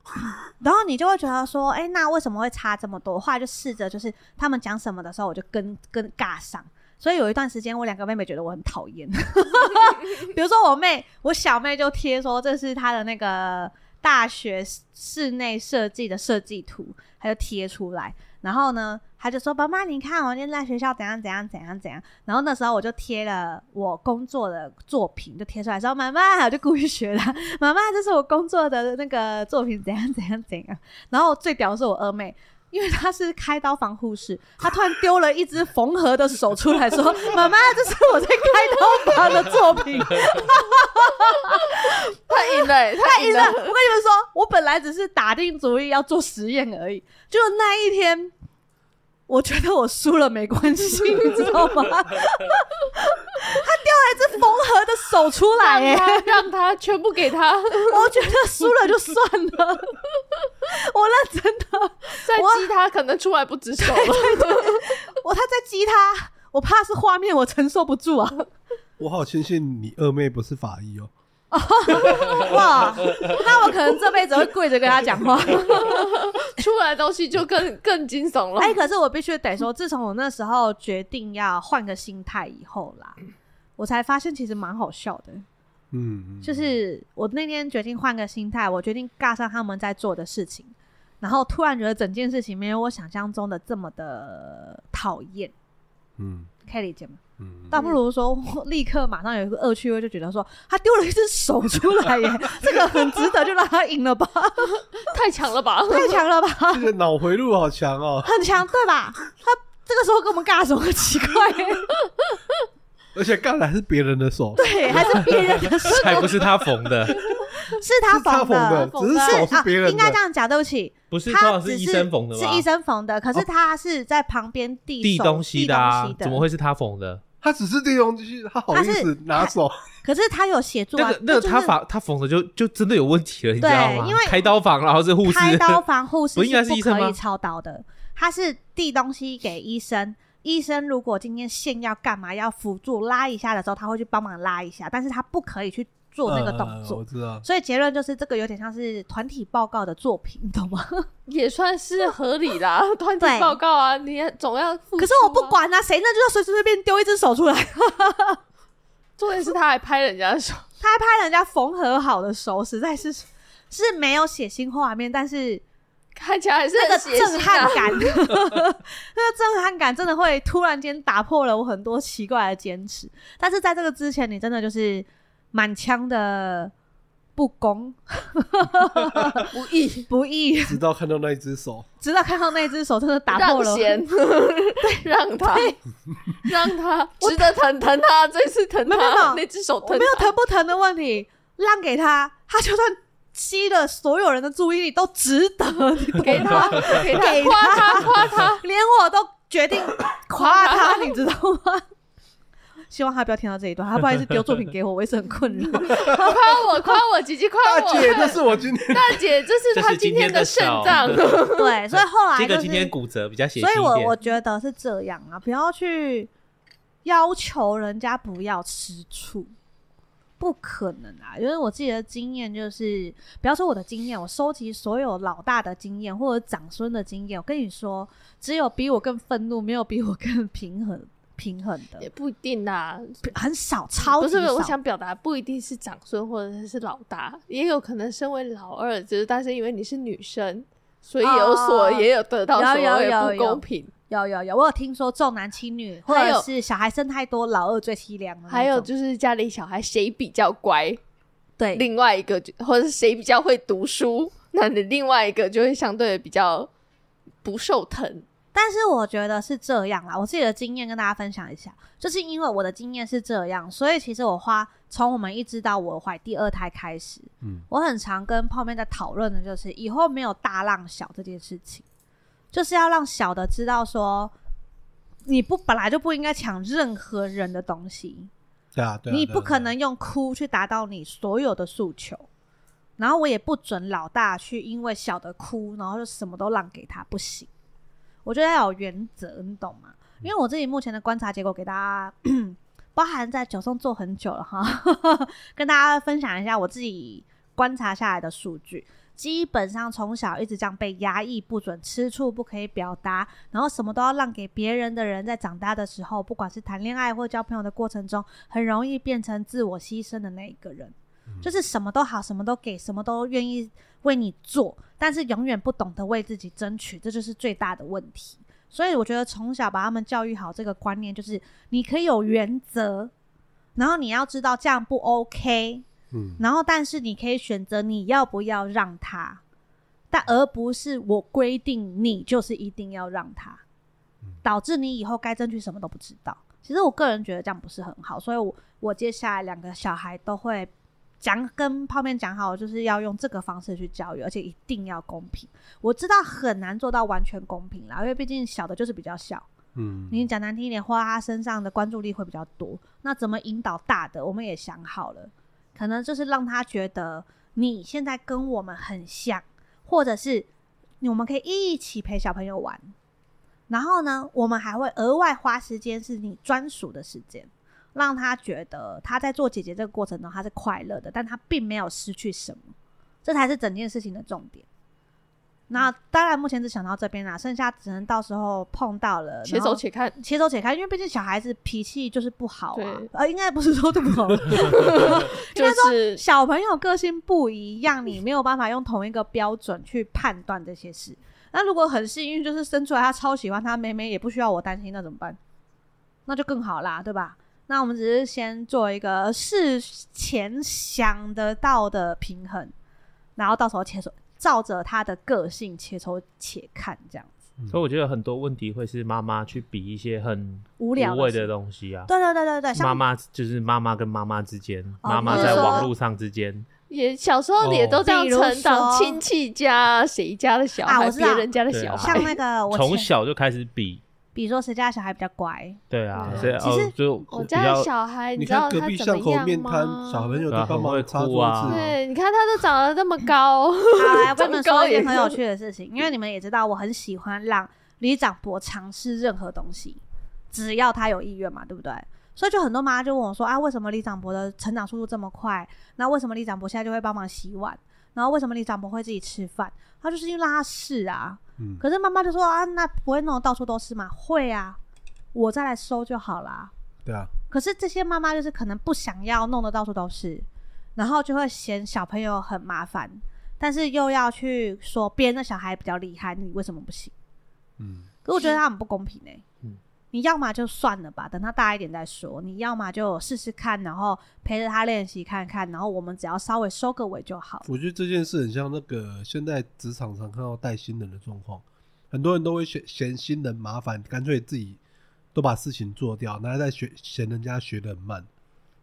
[SPEAKER 2] 然后你就会觉得说，哎、那为什么会差这么多？后来就试着就是他们讲什么的时候，我就跟跟尬上，所以有一段时间，我两个妹妹觉得我很讨厌。比如说我妹，我小妹就贴说这是她的那个大学室内设计的设计图，她就贴出来。然后呢，她就说：“妈妈，你看我今天在学校怎样怎样怎样怎样。”然后那时候我就贴了我工作的作品，就贴出来说：“妈妈，我就故意学她，妈妈，这是我工作的那个作品，怎样怎样怎样。”然后最屌的是我二妹，因为她是开刀房护士，她突然丢了一只缝合的手出来说：“妈妈，这是我在开刀房的作品。”
[SPEAKER 3] 太赢了，
[SPEAKER 2] 太
[SPEAKER 3] 太
[SPEAKER 2] 硬
[SPEAKER 3] 赢
[SPEAKER 2] 了！
[SPEAKER 3] 了
[SPEAKER 2] 我，跟你们说，我本来只是打定主意要做实验而已，就那一天，我觉得我输了没关系，你知道吗？他掉了一只缝合的手出来、耶。
[SPEAKER 3] 他让他全部给他，
[SPEAKER 2] 我觉得输了 就算了，我认真的，
[SPEAKER 3] 再
[SPEAKER 2] 我
[SPEAKER 3] 激他可能出来不止手了。
[SPEAKER 2] 我他在激他，我怕是画面我承受不住啊！
[SPEAKER 1] 我好庆幸你二妹不是法医哦。
[SPEAKER 2] 哇，那我可能这辈子会跪着跟他讲话。
[SPEAKER 3] 出来的东西就更更惊悚了。
[SPEAKER 2] 哎、可是我必须得说，自从我那时候决定要换个心态以后啦，我才发现其实蛮好笑的。
[SPEAKER 1] 嗯，嗯
[SPEAKER 2] 就是我那天决定换个心态，我决定尬上他们在做的事情，然后突然觉得整件事情没有我想象中的这么的讨厌，
[SPEAKER 1] 嗯
[SPEAKER 2] 可以理解吗？
[SPEAKER 1] 嗯，
[SPEAKER 2] 倒不如说，我立刻马上有一个恶趣味，就觉得说他丢了一只手出来耶，这个很值得，就让他赢了吧，
[SPEAKER 3] 太强了吧？
[SPEAKER 2] 太强了吧，
[SPEAKER 1] 这个脑回路好强哦，
[SPEAKER 2] 很强对吧？他这个时候跟我们尬什么奇怪耶？
[SPEAKER 1] 而且干的还是别人的手，
[SPEAKER 2] 对，还是别人 的手，
[SPEAKER 4] 还不是他缝的，
[SPEAKER 2] 是他
[SPEAKER 1] 是他
[SPEAKER 2] 缝
[SPEAKER 1] 缝的，
[SPEAKER 3] 缝
[SPEAKER 1] 只
[SPEAKER 3] 的
[SPEAKER 4] 哦
[SPEAKER 1] 是手是别人
[SPEAKER 2] 啊，
[SPEAKER 1] 的，
[SPEAKER 2] 应该这样讲，对不起，
[SPEAKER 4] 不是通
[SPEAKER 2] 他
[SPEAKER 4] 常
[SPEAKER 2] 只
[SPEAKER 4] 是医生缝的
[SPEAKER 2] 是
[SPEAKER 4] 吗？
[SPEAKER 2] 医生缝的，可是他是在旁边递
[SPEAKER 4] 递
[SPEAKER 2] 手
[SPEAKER 4] 东西的
[SPEAKER 2] 递
[SPEAKER 4] 啊
[SPEAKER 2] 东西，的
[SPEAKER 4] 怎么会是他缝的？
[SPEAKER 1] 他只是这东西，他好意思拿手，
[SPEAKER 2] 可是他有写作
[SPEAKER 4] 那
[SPEAKER 2] 啊，
[SPEAKER 4] 个那个
[SPEAKER 2] 就是
[SPEAKER 4] 他法他缝的就就真的有问题了，你知
[SPEAKER 2] 对
[SPEAKER 4] 道吗
[SPEAKER 2] 因为？
[SPEAKER 4] 开刀房，然后是护士，
[SPEAKER 2] 开刀房护士
[SPEAKER 4] 不应该是医生
[SPEAKER 2] 不可以
[SPEAKER 4] 吗
[SPEAKER 2] 操刀的，他是递东西给医生。医生如果今天线要干嘛，要辅助拉一下的时候，他会去帮忙拉一下，但是他不可以去 做那个动
[SPEAKER 1] 嗯
[SPEAKER 2] 作
[SPEAKER 1] 我。知 道。
[SPEAKER 2] 所以结论就是，这个有点像是团体报告的作品，你懂吗？
[SPEAKER 3] 也算是合理啦， 团体
[SPEAKER 2] 对
[SPEAKER 3] 报告啊，你也总要付出啊、
[SPEAKER 2] 可是我不管啊，啊谁那就随随便便丢一只手出来，
[SPEAKER 3] 重点是他还拍人家的手，
[SPEAKER 2] 他还拍人家缝合好的手，实在是是没有血腥画面，但是
[SPEAKER 3] 看起来还是
[SPEAKER 2] 那
[SPEAKER 3] 很
[SPEAKER 2] 个
[SPEAKER 3] 邪性
[SPEAKER 2] 震撼
[SPEAKER 3] 啊。
[SPEAKER 2] 感， 那个震撼感真的会突然间打破了我很多奇怪的坚持。但是在这个之前，你真的就是满腔的不公、不义、不义，
[SPEAKER 1] 直到看到那一只 手，
[SPEAKER 2] 直到看到那只手真的打破
[SPEAKER 3] 让
[SPEAKER 2] 了。
[SPEAKER 3] 贤， 让他，让他值得疼疼他，这次疼
[SPEAKER 2] 没有没
[SPEAKER 3] 他
[SPEAKER 2] 有
[SPEAKER 3] 那只手
[SPEAKER 2] 我
[SPEAKER 3] 疼
[SPEAKER 2] 没有
[SPEAKER 3] 他，
[SPEAKER 2] 疼不疼的问题，让给他，他就算吸了所有人的注意力都值得，你懂
[SPEAKER 3] 给
[SPEAKER 2] 吗
[SPEAKER 3] 他，给
[SPEAKER 2] 给
[SPEAKER 3] 他，夸 他，夸他，
[SPEAKER 2] 连我都决定夸他，你知道吗？ 希望他不要听到这一段，他不好意思丢作品给我，我也是很困扰。
[SPEAKER 3] 夸我，夸我，姐姐夸
[SPEAKER 1] 大
[SPEAKER 3] 我，
[SPEAKER 1] 姐，这是我今天
[SPEAKER 3] 大姐，这是
[SPEAKER 4] 这
[SPEAKER 3] 他
[SPEAKER 4] 是
[SPEAKER 3] 今
[SPEAKER 4] 天
[SPEAKER 3] 的肾
[SPEAKER 4] 手
[SPEAKER 3] 脏，
[SPEAKER 2] 对，所以后 来
[SPEAKER 4] 这
[SPEAKER 2] 就
[SPEAKER 4] 个
[SPEAKER 2] 是，
[SPEAKER 4] 今天骨折比较血腥
[SPEAKER 2] 所以
[SPEAKER 4] 一
[SPEAKER 2] 我
[SPEAKER 4] 点
[SPEAKER 2] 我。觉得是这样啊，不要去要求人家不要吃醋，不可能啊！因为我自己的经验就是，不要说我的经验，我收集所有老大的经验或者长孙的经验，我跟你说，只有比我更愤怒，没有比我更平 衡平衡的
[SPEAKER 3] 也，不一定啊啦。
[SPEAKER 2] 很少，超
[SPEAKER 3] 不
[SPEAKER 2] 级
[SPEAKER 3] 是，
[SPEAKER 2] 少。
[SPEAKER 3] 我想表达不一定是长孙或者是老大，也有可能身为老二，只是但是因为你是女生，所以有所、
[SPEAKER 2] 哦
[SPEAKER 3] 也有得到所
[SPEAKER 2] 有有
[SPEAKER 3] 谓
[SPEAKER 2] 有
[SPEAKER 3] 不
[SPEAKER 2] 有
[SPEAKER 3] 公平。
[SPEAKER 2] 有有有，我有听说重男轻女，或
[SPEAKER 3] 还有
[SPEAKER 2] 者是小孩生太多，老二最凄凉的那种。
[SPEAKER 3] 还有就是家里小孩谁比较乖，
[SPEAKER 2] 对
[SPEAKER 3] 另外一个就或者是谁比较会读书，那你另外一个就会相对的比较不受疼。
[SPEAKER 2] 但是我觉得是这样啦，我自己的经验跟大家分享一下，就是因为我的经验是这样，所以其实我花从我们一直到我怀第二胎开始，
[SPEAKER 1] 嗯
[SPEAKER 2] 我很常跟泡面在讨论的就是以后没有大让小这件事情，就是要让小的知道说，你不本来就不应该抢任何人的东西，
[SPEAKER 1] 对啊，对啊，
[SPEAKER 2] 你
[SPEAKER 1] 对啊
[SPEAKER 2] 不可
[SPEAKER 1] 对啊
[SPEAKER 2] 能用哭去达到你所有的诉求。然后我也不准老大去因为小的哭，然后就什么都让给他，不行。我觉得要有原则，你懂吗？因为我自己目前的观察结果给大家， 包含在九松做很久了哈，跟大家分享一下我自己观察下来的数据，基本上从小一直这样被压抑，不准吃醋，不可以表达，然后什么都要让给别人的人，在长大的时候，不管是谈恋爱或交朋友的过程中，很容易变成自我牺牲的那一个人，就是什么都好，什么都给，什么都愿意为你做，但是永远不懂得为自己争取，这就是最大的问题。所以我觉得从小把他们教育好这个观念，就是你可以有原则，然后你要知道这样不 OK，
[SPEAKER 1] 嗯，
[SPEAKER 2] 然后但是你可以选择你要不要让他，但而不是我规定你就是一定要让他，导致你以后该争取什么都不知道。其实我个人觉得这样不是很好，所以我我接下来两个小孩都会讲跟泡面讲好，就是要用这个方式去教育，而且一定要公平。我知道很难做到完全公平啦，因为毕竟小的就是比较小，
[SPEAKER 1] 嗯，
[SPEAKER 2] 你讲难听一点，花他身上的关注力会比较多。那怎么引导大的，我们也想好了，可能就是让他觉得你现在跟我们很像，或者是我们可以一起陪小朋友玩。然后呢，我们还会额外花时间是你专属的时间，让他觉得他在做姐姐这个过程中他是快乐的，但他并没有失去什么，这才是整件事情的重点。那当然，目前只想到这边啦，剩下只能到时候碰到了，
[SPEAKER 3] 且
[SPEAKER 2] 然后
[SPEAKER 3] 走且看。
[SPEAKER 2] 且走且看，因为毕竟小孩子脾气就是不好啊
[SPEAKER 3] 对。
[SPEAKER 2] 呃，应该不是说对不好，
[SPEAKER 3] 就是
[SPEAKER 2] 小朋友个性不一样，你没有办法用同一个标准去判断这些事。那如果很幸运，就是生出来他超喜欢他妹妹，也不需要我担心，那怎么办？那就更好啦，对吧？那我们只是先做一个事前想得到的平衡，然后到时候切手照着他的个性切手且看，这样子
[SPEAKER 4] 所以我觉得很多问题会是妈妈去比一些很
[SPEAKER 2] 无
[SPEAKER 4] 无
[SPEAKER 2] 聊
[SPEAKER 4] 谓
[SPEAKER 2] 事
[SPEAKER 4] 的东西啊。
[SPEAKER 2] 对对对对对，像
[SPEAKER 4] 妈妈就是妈妈跟妈妈之间，
[SPEAKER 2] 哦
[SPEAKER 4] 妈妈
[SPEAKER 3] 你是
[SPEAKER 4] 在
[SPEAKER 3] 说
[SPEAKER 4] 网络上之间，
[SPEAKER 3] 也小时候也都这样成
[SPEAKER 2] 哦
[SPEAKER 3] 长，亲戚家谁家的小
[SPEAKER 2] 啊
[SPEAKER 3] 孩，
[SPEAKER 2] 我知
[SPEAKER 3] 别
[SPEAKER 2] 道
[SPEAKER 3] 人家的小
[SPEAKER 4] 对
[SPEAKER 2] 像
[SPEAKER 3] 孩，
[SPEAKER 2] 那个哦我
[SPEAKER 4] 从
[SPEAKER 2] 前
[SPEAKER 4] 小就开始比。
[SPEAKER 2] 比如说谁家的小孩比较乖，
[SPEAKER 4] 对啊，
[SPEAKER 1] 对
[SPEAKER 4] 所以
[SPEAKER 2] 其实
[SPEAKER 4] 哦，就
[SPEAKER 3] 我
[SPEAKER 4] 比
[SPEAKER 3] 家的
[SPEAKER 4] 较
[SPEAKER 3] 小孩，
[SPEAKER 1] 你
[SPEAKER 3] 哎知道
[SPEAKER 1] 看
[SPEAKER 3] 他
[SPEAKER 1] 隔壁
[SPEAKER 3] 怎
[SPEAKER 1] 巷
[SPEAKER 3] 么
[SPEAKER 1] 口
[SPEAKER 3] 样
[SPEAKER 1] 面摊
[SPEAKER 3] 吗？
[SPEAKER 1] 小朋友
[SPEAKER 4] 对
[SPEAKER 1] 都
[SPEAKER 4] 啊
[SPEAKER 1] 帮忙
[SPEAKER 4] 很会
[SPEAKER 1] 擦
[SPEAKER 4] 哭
[SPEAKER 1] 桌
[SPEAKER 4] 啊
[SPEAKER 1] 子，
[SPEAKER 3] 对，你看他都长得那么高，
[SPEAKER 2] 好，来，我跟你们
[SPEAKER 3] 长
[SPEAKER 2] 说
[SPEAKER 3] 高
[SPEAKER 2] 一件
[SPEAKER 3] 也
[SPEAKER 2] 很有趣的事情，因为你们也知道，我很喜欢让李长博尝试任何东西，只要他有意愿嘛，对不对？所以就很多妈就问我说啊，为什么李长博的成长速度这么快？那为什么李长博现在就会帮忙洗碗？然后为什么李长博会自己吃饭？他就是因为拉屎啊。
[SPEAKER 1] 嗯
[SPEAKER 2] 可是妈妈就说啊，那不会弄得到处都是吗？会啊，我再来收就好啦。
[SPEAKER 1] 对啊，
[SPEAKER 2] 可是这些妈妈就是可能不想要弄得到处都是，然后就会嫌小朋友很麻烦，但是又要去说别人的小孩比较厉害，你为什么不行？
[SPEAKER 1] 嗯，
[SPEAKER 2] 可我觉得他很不公平哎、
[SPEAKER 4] 嗯
[SPEAKER 2] 你要么就算了吧，等他大一点再说；你要么就试试看，然后陪着他练习看看，然后我们只要稍微收个尾就好。
[SPEAKER 1] 我觉得这件事很像那个现在职场上看到带新人的状况，很多人都会嫌嫌新人麻烦，干脆自己都把事情做掉，然后再学嫌人家学的很慢，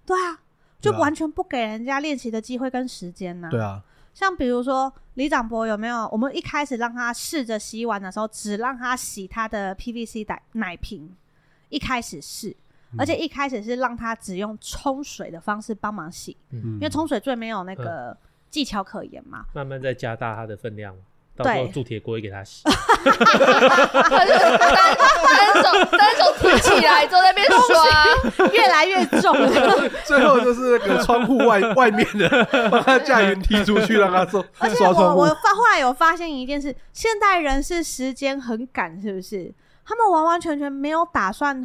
[SPEAKER 2] 对啊，就
[SPEAKER 1] 对啊
[SPEAKER 2] 完全不给人家练习的机会跟时间呢、
[SPEAKER 1] 对啊，
[SPEAKER 2] 像比如说李长博有没有？我们一开始让他试着洗碗的时候，只让他洗他的 PVC 奶奶瓶，一开始是，
[SPEAKER 1] 嗯
[SPEAKER 2] 而且一开始是让他只用冲水的方式帮忙洗，
[SPEAKER 1] 嗯，
[SPEAKER 2] 因为冲水最没有那个技巧可言嘛。
[SPEAKER 4] 慢慢再加大它的分量，到时候
[SPEAKER 2] 对
[SPEAKER 4] 铸铁锅也给 它洗。
[SPEAKER 3] 他就单单手单手提起来，坐在那边刷，
[SPEAKER 2] 越来越重 了，
[SPEAKER 1] 最后就是那个窗户外外面的， 把他架云踢出去，让他说
[SPEAKER 2] 而且
[SPEAKER 1] 刷窗
[SPEAKER 2] 我我
[SPEAKER 1] 户。
[SPEAKER 2] 发后来有发现一件事，现代人是时间很赶，是不是？他们完完全全没有打算，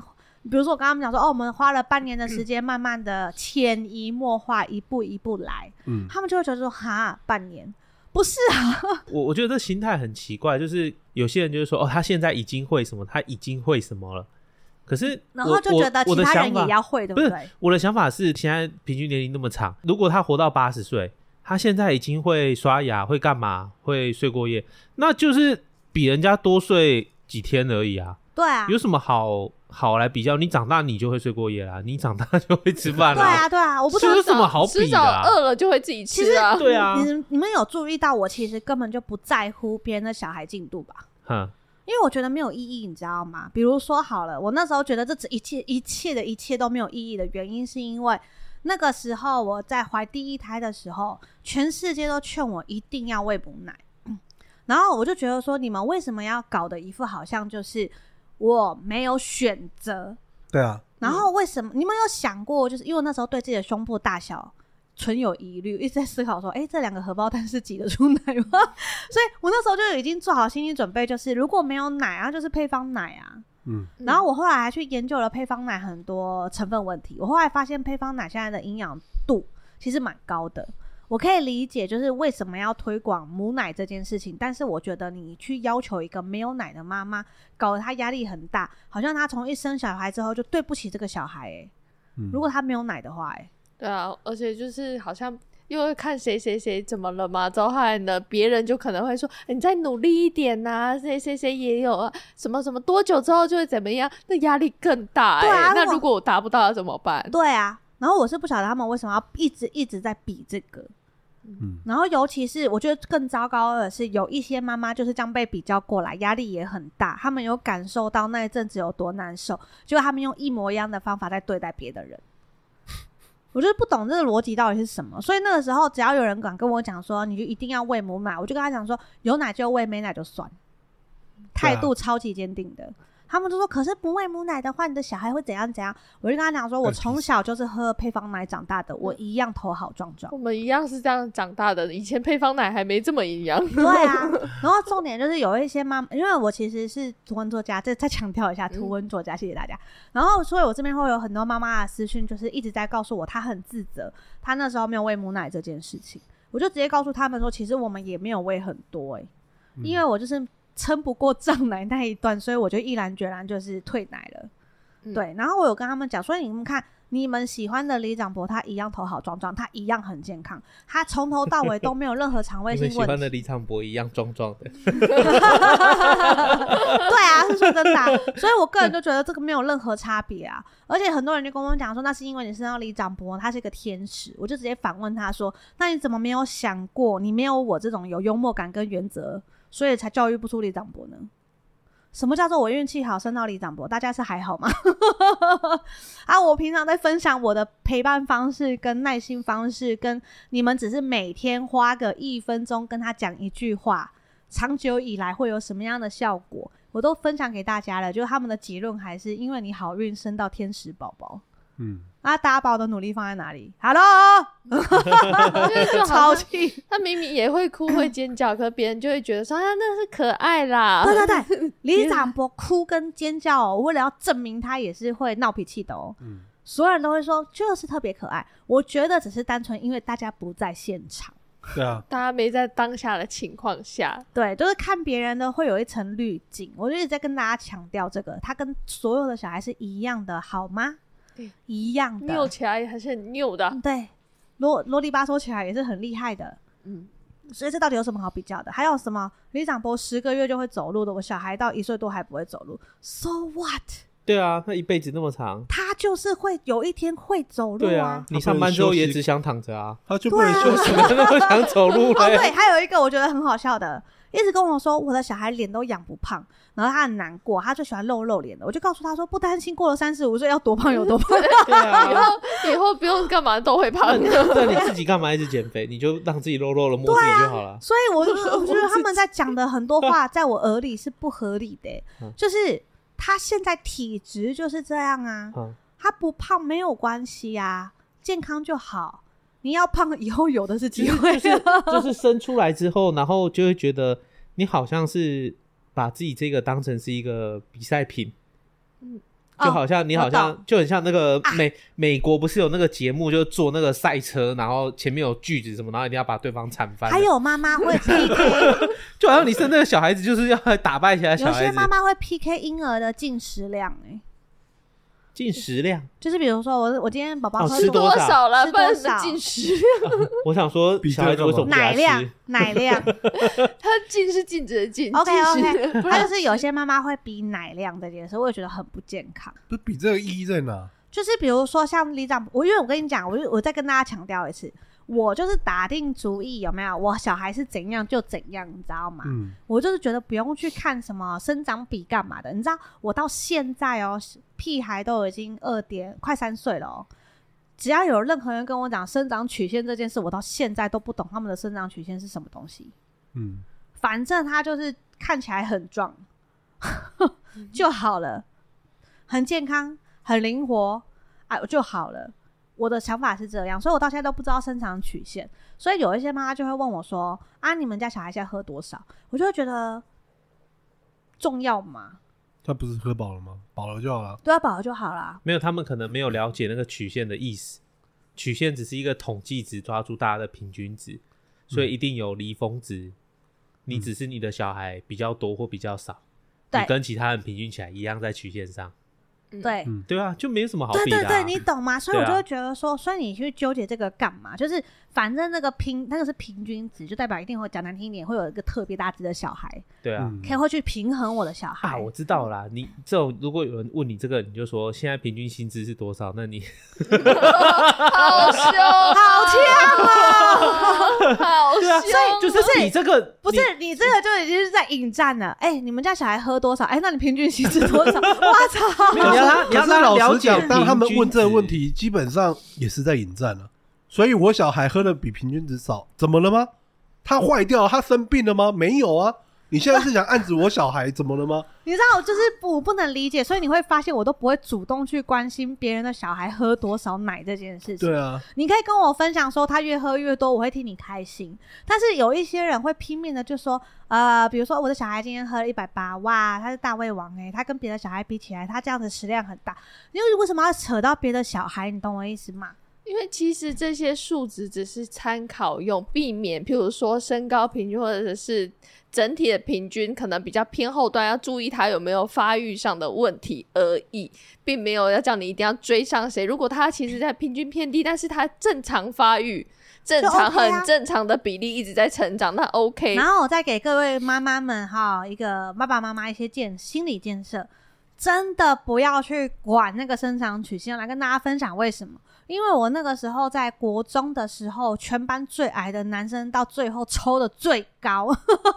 [SPEAKER 2] 比如说我跟他们讲说，哦，我们花了半年的 时间，慢慢的潜移默化，一步一步来，
[SPEAKER 1] 嗯，
[SPEAKER 2] 他们就会觉得说，哈，半年不是啊，
[SPEAKER 4] 我我觉得这心态很奇怪，就是有些人就是说，哦，他现在已经会什么，他已经会什么了。可是我
[SPEAKER 2] 然后就觉得
[SPEAKER 4] 我
[SPEAKER 2] 其
[SPEAKER 4] 我的
[SPEAKER 2] 他
[SPEAKER 4] 想
[SPEAKER 2] 人
[SPEAKER 4] 法
[SPEAKER 2] 也要会，对
[SPEAKER 4] 不是
[SPEAKER 2] 对？
[SPEAKER 4] 我的想法是，现在平均年龄那么长，如果他活到八十岁，他现在已经会刷牙、会干嘛、会睡过夜，那就是比人家多睡几天而已啊，
[SPEAKER 2] 对啊，
[SPEAKER 4] 有什么好好来比较？你长大你就会睡过夜啦，你长大就会吃饭
[SPEAKER 2] 对
[SPEAKER 4] 啦，
[SPEAKER 2] 啊，对啊，我不
[SPEAKER 4] 这
[SPEAKER 2] 懂。
[SPEAKER 4] 有什么好
[SPEAKER 3] 迟
[SPEAKER 4] 比的、
[SPEAKER 3] 早
[SPEAKER 4] 啊？
[SPEAKER 3] 饿了就会自己吃啊。
[SPEAKER 4] 对啊，
[SPEAKER 2] 你你们有注意到我其实根本就不在乎别人的小孩进度吧？
[SPEAKER 4] 哼，
[SPEAKER 2] 因为我觉得没有意义，你知道吗？比如说好了，我那时候觉得这一切一切的一切都没有意义的原因，是因为那个时候我在怀第一胎的时候，全世界都劝我一定要喂母奶， 嗯然后我就觉得说，你们为什么要搞得一副好像就是我没有选择？
[SPEAKER 1] 对啊，
[SPEAKER 2] 然后为什么、你们有想过，就是因为我那时候对自己的胸部大小存有疑虑，一直在思考说，哎、这两个荷包蛋是挤得出奶吗？ 所以我那时候就已经做好心理准备，就是如果没有奶啊，就是配方奶啊。
[SPEAKER 1] 嗯，
[SPEAKER 3] 嗯
[SPEAKER 2] 然后我后来还去研究了配方奶很多成分问题，我后来发现配方奶现在的营养度其实蛮高的。我可以理解，就是为什么要推广母奶这件事情，但是我觉得你去要求一个没有奶的妈妈，搞得她压力很大，好像她从一生小孩之后就对不起这个小孩、欸。
[SPEAKER 1] 嗯
[SPEAKER 2] 如果她没有奶的话、欸，
[SPEAKER 3] 对啊，而且就是好像因为看谁谁谁怎么了嘛，之后后来呢，别人就可能会说、欸你再努力一点呐、谁谁谁也有啊，什么什么，多久之后就会怎么样，那压力更大、欸。
[SPEAKER 2] 对啊
[SPEAKER 3] 那
[SPEAKER 2] 我
[SPEAKER 3] 如果我达不到要怎么办？
[SPEAKER 2] 对啊。然后我是不晓得他们为什么要一直一直在比这个，
[SPEAKER 1] 嗯
[SPEAKER 2] 然后尤其是我觉得更糟糕的是，有一些妈妈就是这样被比较过来，压力也很大，他们有感受到那一阵子有多难受，结果他们用一模一样的方法在对待别的人。我就是不懂这个逻辑到底是什么，所以那个时候只要有人敢跟我讲说，你就一定要喂母奶，我就跟他讲说，有奶就喂，没奶就算，态度超级坚定的。他们就说，可是不喂母奶的话，你的小孩会怎样怎样？我就跟他讲说，我从小就是喝配方奶长大的，我一样头好壮壮。
[SPEAKER 3] 我们一样是这样长大的，以前配方奶还没这么 营养。
[SPEAKER 2] 对 啊，然后重点就是有一些妈妈，因为我其实是图文作家，这再强调一
[SPEAKER 4] 嗯
[SPEAKER 2] 下，图文作家，谢谢大家。然后，所以我这边会有很多妈妈的私讯，就是一直在告诉我，她很自责，她那时候没有喂母奶这件事情。我就直接告诉他们说，其实我们也没有喂很多、欸，
[SPEAKER 4] 嗯
[SPEAKER 2] 因为我就是撑不过胀奶那一段，所以我就毅然决然就是退奶了。
[SPEAKER 3] 嗯
[SPEAKER 2] 对，然后我有跟他们讲，所以你们看，你们喜欢的李长博，他一样头好壮壮，他一样很健康，他从头到尾都没有任何肠胃
[SPEAKER 4] 你
[SPEAKER 2] 性
[SPEAKER 4] 们
[SPEAKER 2] 问题。
[SPEAKER 4] 喜欢的李长博一样壮壮的，
[SPEAKER 2] 对啊，是说真的啊、所以我个人就觉得这个没有任何差别啊。而且很多人就跟我讲说，那是因为你身上李长博他是个天使，我就直接反问他说，那你怎么没有想过，你没有我这种有幽默感跟原则，所以才教育不出李长博呢？什么叫做我运气好升到李长博？大家是还好吗？ 啊，我平常在分享我的陪伴方式、跟耐心方式，跟你们只是每天花个一分钟跟他讲一句话，长久以来会有什么样的效果，我都分享给大家了。就是他们的结论还是因为你好运升到天使宝宝。
[SPEAKER 1] 嗯，
[SPEAKER 2] 啊，大家把我的努力放在哪里？Hello，
[SPEAKER 3] 就是就好
[SPEAKER 2] 超
[SPEAKER 3] 像
[SPEAKER 2] 气！
[SPEAKER 3] 他明明也会哭会尖叫，可别人就会觉得说啊，那是可爱 啦。
[SPEAKER 2] 对啊对对，李长博哭跟尖叫、哦，为了要证明他也是会闹脾气的哦。
[SPEAKER 1] 嗯
[SPEAKER 2] 所有人都会说就是特别可爱，我觉得只是单纯因为大家不在现场，
[SPEAKER 1] 对啊，
[SPEAKER 3] 大家没在当下的情况下，
[SPEAKER 2] 对，就是看别人的会有一层滤镜。我就一直在跟大家强调这个，他跟所有的小孩是一样的，好吗
[SPEAKER 3] 对？
[SPEAKER 2] 一样的，
[SPEAKER 3] 扭起来还是很扭的。
[SPEAKER 2] 对，啰啰里吧嗦起来也是很厉害的。
[SPEAKER 3] 嗯，
[SPEAKER 2] 所以这到底有什么好比较的？还有什么李长博十个月就会走路的，我小孩到一岁多还不会走路，so what？
[SPEAKER 4] 对啊，他一辈子那么长，
[SPEAKER 2] 他就是会有一天会走路
[SPEAKER 4] 对
[SPEAKER 2] 啊
[SPEAKER 4] 啊，。你上班之后也只想躺着啊，
[SPEAKER 1] 他就不能
[SPEAKER 2] 对啊
[SPEAKER 1] 休息
[SPEAKER 4] 怎么那么想走 路
[SPEAKER 2] 哦，对，
[SPEAKER 4] 嘞？
[SPEAKER 2] 还有一个我觉得很好笑的，一直跟我说我的小孩脸都养不胖，然后他很难过，他最喜欢露肉脸的。我就告诉他说，不担心，过了三十五岁要多胖有多胖。
[SPEAKER 4] 对
[SPEAKER 2] 嗯
[SPEAKER 3] 以
[SPEAKER 4] 啊，
[SPEAKER 3] 后以后不用干嘛都会胖。
[SPEAKER 4] 那你自己干嘛一直减肥？你就让自己肉肉的摸自己就好了。
[SPEAKER 2] 所 以我就我觉得他们在讲的很多话，在我耳里是不合理的欸、
[SPEAKER 4] 嗯
[SPEAKER 2] 就是他现在体质就是这样啊，
[SPEAKER 4] 嗯，
[SPEAKER 2] 他不胖没有关系啊，健康就好。你要胖以后有的是
[SPEAKER 4] 其
[SPEAKER 2] 机
[SPEAKER 4] 实
[SPEAKER 2] 会，
[SPEAKER 4] 就是就是生出来之后，然后就会觉得你好像是把自己这个当成是一个比赛品，就好像你好
[SPEAKER 2] 哦我
[SPEAKER 4] 像就很像那个
[SPEAKER 2] 啊
[SPEAKER 4] 美美国不是有那个节目，就做那个赛车，然后前面有锯子什么，然后一定要把对方铲翻的。
[SPEAKER 2] 还有妈妈会 PK，
[SPEAKER 4] 就好像你生那个小孩子就是要来打败其他小
[SPEAKER 2] 有
[SPEAKER 4] 孩
[SPEAKER 2] 些
[SPEAKER 4] 子
[SPEAKER 2] 妈，妈会 PK 婴儿的进食量、欸，
[SPEAKER 4] 进食量。
[SPEAKER 2] 就是比如说我我今天宝宝
[SPEAKER 4] 哦
[SPEAKER 2] 喝
[SPEAKER 4] 吃多
[SPEAKER 3] 多
[SPEAKER 4] 少
[SPEAKER 3] 少了？
[SPEAKER 2] 吃
[SPEAKER 3] 不然
[SPEAKER 2] 多
[SPEAKER 3] 怎么
[SPEAKER 2] 少
[SPEAKER 3] 进食？
[SPEAKER 4] 我想说，
[SPEAKER 1] 比这
[SPEAKER 4] 小
[SPEAKER 1] 个
[SPEAKER 4] 孩子为什么不给他
[SPEAKER 2] 奶
[SPEAKER 4] 吃
[SPEAKER 2] 量？奶量
[SPEAKER 3] 他进是禁止的进。
[SPEAKER 2] ，OK
[SPEAKER 3] 进
[SPEAKER 2] OK，
[SPEAKER 3] 食
[SPEAKER 2] 还有是有些妈妈会比奶量这件事，我也觉得很不健康。
[SPEAKER 1] 就比这个意义在哪？
[SPEAKER 2] 就是比如说像李长，我因为我跟你讲，我就我再跟大家强调一次，我就是打定主意，有没有？我小孩是怎样就怎样，你知道吗？
[SPEAKER 1] 嗯
[SPEAKER 2] 我就是觉得不用去看什么生长比干嘛的，你知道，我到现在哦，屁孩都已经二点快三岁了哦。只要有任何人跟我讲生长曲线这件事，我到现在都不懂他们的生长曲线是什么东西。
[SPEAKER 1] 嗯，
[SPEAKER 2] 反正他就是看起来很壮 就好了，很健康，很灵活啊就好了。我的想法是这样，所以我到现在都不知道生长曲线。所以有一些妈妈就会问我说：“啊，你们家小孩现在喝多少？”我就会觉得重要吗？
[SPEAKER 1] 他不是喝饱了吗？饱了就好了。
[SPEAKER 2] 都要饱了就好啦。
[SPEAKER 4] 没有，他们可能没有了解那个曲线的意思。曲线只是一个统计值，抓住大家的平均值，所以一定有离峰值。你只是你的小孩比较多或比较少，
[SPEAKER 2] 对
[SPEAKER 4] 你跟其他人平均起来一样在曲线上。
[SPEAKER 3] 嗯
[SPEAKER 2] 对，
[SPEAKER 1] 嗯
[SPEAKER 4] 对啊，就没什么好
[SPEAKER 2] 对
[SPEAKER 4] 比的、
[SPEAKER 2] 对
[SPEAKER 4] 啊。
[SPEAKER 2] 对，你懂吗？所以
[SPEAKER 4] 对
[SPEAKER 2] 我
[SPEAKER 4] 啊
[SPEAKER 2] 就会觉得说，所以你去纠结这个干嘛？就是反正那个平那个是平均值，就代表一定会讲难听一点，会有一个特别大只的小孩，
[SPEAKER 4] 对啊。
[SPEAKER 1] 嗯
[SPEAKER 2] 可以会去平衡我的小孩。
[SPEAKER 4] 啊，我知道啦。你这种如果有人问你这个，你就说现在平均薪资是多少？ 那你
[SPEAKER 3] 好凶，好呛啊，好
[SPEAKER 4] 对啊，
[SPEAKER 3] 凶，
[SPEAKER 4] 就是你这个
[SPEAKER 2] 不是你这个就已经是在引战了。哎、你们家小孩喝多少？哎、那你平均薪资多少？ 我操！
[SPEAKER 4] 你你要他你
[SPEAKER 1] 可
[SPEAKER 4] 要
[SPEAKER 1] 是
[SPEAKER 4] 让他
[SPEAKER 1] 老
[SPEAKER 4] 了
[SPEAKER 1] 实
[SPEAKER 4] 解
[SPEAKER 1] 讲，当他们问这个问
[SPEAKER 4] 平均值，
[SPEAKER 1] 题，基本上也是在引战了、所以我小孩喝的比平均值少，怎么了吗？他坏掉了，他生病了吗？没有啊。你现在是想暗指我小孩怎么了 吗？
[SPEAKER 2] 你知道，就是我不能理解，所以你会发现我都不会主动去关心别人的小孩喝多少奶这件事情。
[SPEAKER 1] 对啊，
[SPEAKER 2] 你可以跟我分享说他越喝越多，我会替你开心。但是有一些人会拼命的就说，呃，比如说我的小孩今天喝了一百八，哇，他是大胃王哎、他跟别的小孩比起来，他这样子食量很大。因为为什么要扯到别的小孩？你懂我意思吗？
[SPEAKER 3] 因为其实这些数值只是参考用，避免譬如说身高平均或者是整体的平均，可能比较偏后端，要注意他有没有发育上的问题而已，并没有要叫你一定要追上谁。如果他其实在平均偏低，但是他正常发育。正常、
[SPEAKER 2] 就 OK 啊
[SPEAKER 3] 很正常的比例一直在成长，那 OK。
[SPEAKER 2] 然后我再给各位妈妈们哈，一个爸爸妈妈一些建心理建设，真的不要去管那个生长曲线。来跟大家分享为什么？因为我那个时候在国中的时候，全班最矮的男生到最后抽的最高，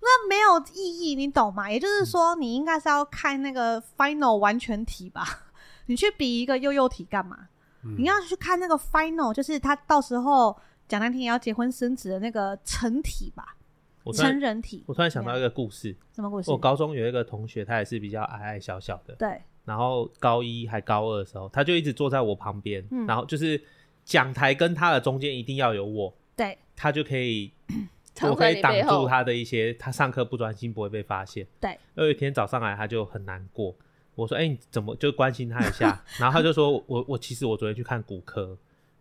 [SPEAKER 2] 那没有意义，你懂吗？也就是说，你应该是要看那个 final 完全体吧？你去比一个幼幼体干嘛？
[SPEAKER 1] 嗯
[SPEAKER 2] 你要去看那个 final，就是他到时候讲难听也要结婚生子的那个成体吧，
[SPEAKER 4] 我突
[SPEAKER 2] 成
[SPEAKER 4] 然
[SPEAKER 2] 人体。
[SPEAKER 4] 我突然想到一个故事，
[SPEAKER 2] 什么故事
[SPEAKER 4] 我？高中有一个同学，他也是比较矮矮小小的，
[SPEAKER 2] 对，
[SPEAKER 4] 然后高一还高二的时候，他就一直坐在我旁边，
[SPEAKER 2] 嗯
[SPEAKER 4] 然后就是讲台跟他的中间一定要有我，
[SPEAKER 2] 对，
[SPEAKER 4] 他就可以，
[SPEAKER 3] 藏
[SPEAKER 4] 我可
[SPEAKER 3] 在
[SPEAKER 4] 以
[SPEAKER 3] 你
[SPEAKER 4] 挡
[SPEAKER 3] 背后
[SPEAKER 4] 住他的一些，他上课不专心不会被发现。
[SPEAKER 2] 对，
[SPEAKER 4] 有一天早上来他就很难过，我说：“哎、你怎么就关心他一下？”然后他就说：“我我其实我昨天去看骨科，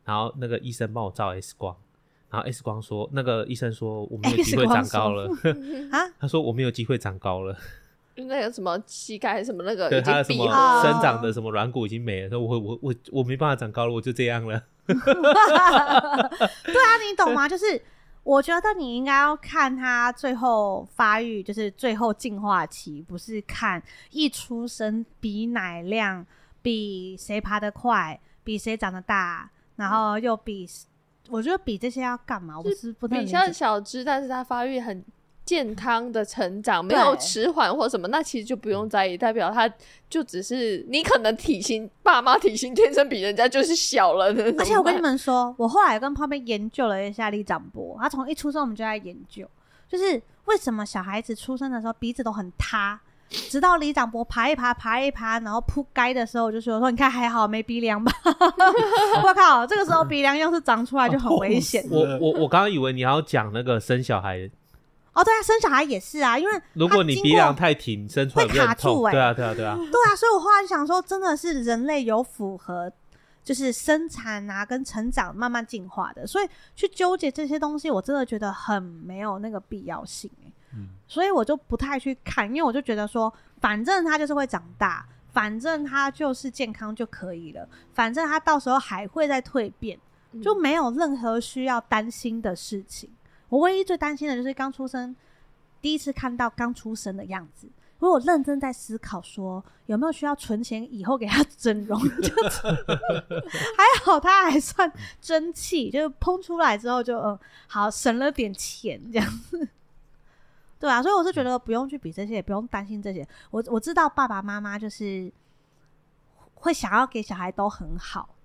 [SPEAKER 4] 然后那个医生帮我照 X 光，然后 X 光说那个医生说我没有机
[SPEAKER 2] X
[SPEAKER 4] 会
[SPEAKER 2] 光
[SPEAKER 4] 长高了，
[SPEAKER 2] 啊，
[SPEAKER 4] 他说我没有机会长高了。”
[SPEAKER 3] 那个什么膝盖什么那个
[SPEAKER 4] 对
[SPEAKER 3] 呃已
[SPEAKER 4] 他
[SPEAKER 3] 经
[SPEAKER 4] 的什
[SPEAKER 3] 闭
[SPEAKER 4] 么
[SPEAKER 3] 合
[SPEAKER 2] 了
[SPEAKER 4] 生长的什么软骨已经没了，他说我我我我没办法长高了，我就这样了。
[SPEAKER 2] 对啊，你懂吗？ 就是我觉得你应该要看他最后发育，就是最后进化期，不是看一出生比奶量，比谁爬得快，比谁长得大，然后又比，我觉得比这些要干嘛？我是不太
[SPEAKER 3] 比
[SPEAKER 2] 理
[SPEAKER 3] 较
[SPEAKER 2] 解。
[SPEAKER 3] 小只，但是它发育很健康的成长，没
[SPEAKER 2] 对
[SPEAKER 3] 有迟缓或什么，那其实就不用在意，代表它就只是你可能体型，爸妈体型天生比人家就是小了的。
[SPEAKER 2] 而且我跟你们说，我后来跟旁边研究了一下李长博，他从一出生我们就在研究，就是为什么小孩子出生的时候鼻子都很塌，直到李长博爬一爬爬一爬，然后扑街的时候，我就说说你看还好没鼻梁吧， 我靠，这个时候鼻梁要是长出来就很危险
[SPEAKER 1] 是
[SPEAKER 4] 我我我刚刚以为你要讲那个生小孩，
[SPEAKER 2] 哦。对啊，生小孩也是啊，因为
[SPEAKER 4] 如果你
[SPEAKER 2] 他经
[SPEAKER 4] 鼻
[SPEAKER 2] 过
[SPEAKER 4] 梁太挺，生出来
[SPEAKER 2] 会
[SPEAKER 4] 不是
[SPEAKER 2] 卡
[SPEAKER 4] 很
[SPEAKER 2] 住
[SPEAKER 4] 痛。
[SPEAKER 2] 欸
[SPEAKER 4] 对啊对啊 对啊，
[SPEAKER 2] 对啊，所以我后来就想说，真的是人类有符合就是生产啊跟成长慢慢进化的，所以去纠结这些东西，我真的觉得很没有那个必要性、欸、
[SPEAKER 1] 嗯
[SPEAKER 2] 所以我就不太去看，因为我就觉得说，反正它就是会长大，反正它就是健康就可以了，反正它到时候还会再蜕变，
[SPEAKER 3] 嗯
[SPEAKER 2] 就没有任何需要担心的事情。我唯一最担心的就是刚出生，第一次看到刚出生的样子。我有认真在思考说，有没有需要存钱以后给他整容？ 就是还好他还算争气，就是砰出来之后就嗯，好省了点钱这样子。 对啊，所以我是觉得不用去比这些，也不用担心这些。我我知道爸爸妈妈就是会想要给小孩都很好，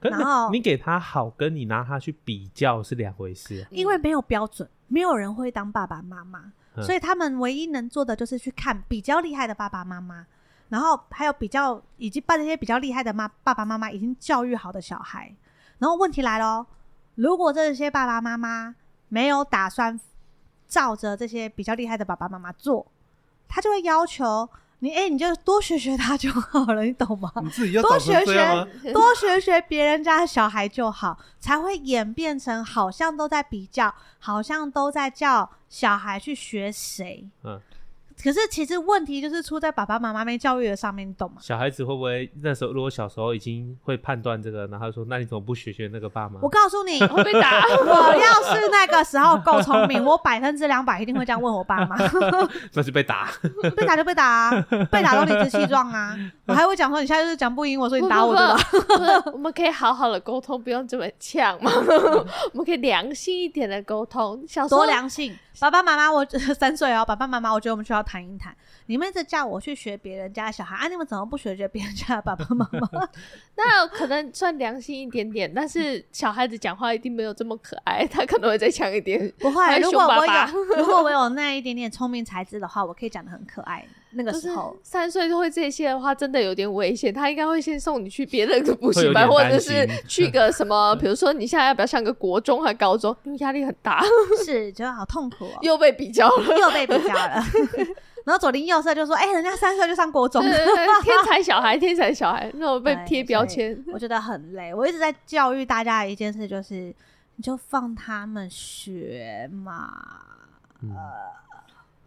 [SPEAKER 4] 可是
[SPEAKER 2] 然后
[SPEAKER 4] 你给他好，跟你拿他去比较是两回事啊。
[SPEAKER 2] 因为没有标准，没有人会当爸爸妈妈，
[SPEAKER 4] 嗯
[SPEAKER 2] 所以他们唯一能做的就是去看比较厉害的爸爸妈妈，然后还有比较已经把这些比较厉害的妈爸爸妈妈已经教育好的小孩。然后问题来喽，如果这些爸爸妈妈没有打算照着这些比较厉害的爸爸妈妈做，他就会要求你，哎、你就多学学他就好了，你懂吗？
[SPEAKER 1] 你自己要
[SPEAKER 2] 多
[SPEAKER 1] 长成
[SPEAKER 2] 学
[SPEAKER 1] 这样吗？
[SPEAKER 2] 学，多学学别人家的小孩就好，才会演变成好像都在比较，好像都在叫小孩去学谁。
[SPEAKER 4] 嗯，
[SPEAKER 2] 可是其实问题就是出在爸爸妈妈没教育的上面，你懂吗？
[SPEAKER 4] 小孩子会不会那时候如果小时候已经会判断这个，然后说那你怎么不学学那个
[SPEAKER 1] 嗯
[SPEAKER 4] 爸妈
[SPEAKER 2] 我？告诉你，
[SPEAKER 3] 会被打。
[SPEAKER 2] 我要是那个时候够聪明，我百分之两百一定会这样问我爸妈。
[SPEAKER 4] 那是 被打，
[SPEAKER 2] 被打就被打啊，被打都理直气壮啊。我还会讲说你现在就是讲不赢我，所以你打我对吧？
[SPEAKER 3] 不不不不我们可以好好的沟通，不用这么呛嘛。 我们可以良心一点的沟通。小时候
[SPEAKER 2] 嗯多良性。爸爸妈妈，我 三岁哦，爸爸妈妈，我觉得我们需要谈一谈。你们一直叫我去学别人家的小孩啊，你们怎么不学学别人家的爸爸妈妈？
[SPEAKER 3] 那可能算良心一点点，但是小孩子讲话一定没有这么可爱，他可能会再强一点。
[SPEAKER 2] 不会，啊
[SPEAKER 3] 还
[SPEAKER 2] 如
[SPEAKER 3] 凶
[SPEAKER 2] 果
[SPEAKER 3] 爸
[SPEAKER 2] 我
[SPEAKER 3] 爸
[SPEAKER 2] 有，如果我有那一点点聪明才智的话，我可以讲的很可爱。那个
[SPEAKER 3] 就
[SPEAKER 2] 时
[SPEAKER 3] 是
[SPEAKER 2] 候，
[SPEAKER 3] 三岁就会这些的话，真的有点危险。他应该会先送你去别的补习
[SPEAKER 4] 会有
[SPEAKER 3] 班，
[SPEAKER 4] 点
[SPEAKER 3] 或者
[SPEAKER 4] 担
[SPEAKER 3] 是
[SPEAKER 4] 心
[SPEAKER 3] 去个什 么，比如说你现在要不要上个国中还高中，因为压力很大，
[SPEAKER 2] 是觉得好痛苦哦，
[SPEAKER 3] 又被比较了。
[SPEAKER 2] 又被比较了。 然后左邻右舍就说：“哎、人家三岁就上国中
[SPEAKER 3] 对
[SPEAKER 2] 了。
[SPEAKER 3] 对对， 天才小孩，天才小孩，那种被
[SPEAKER 2] 对
[SPEAKER 3] 贴标签。
[SPEAKER 2] 我觉得很累。我一直在教育大家的一件事就是，你就放他们学嘛。
[SPEAKER 4] 嗯，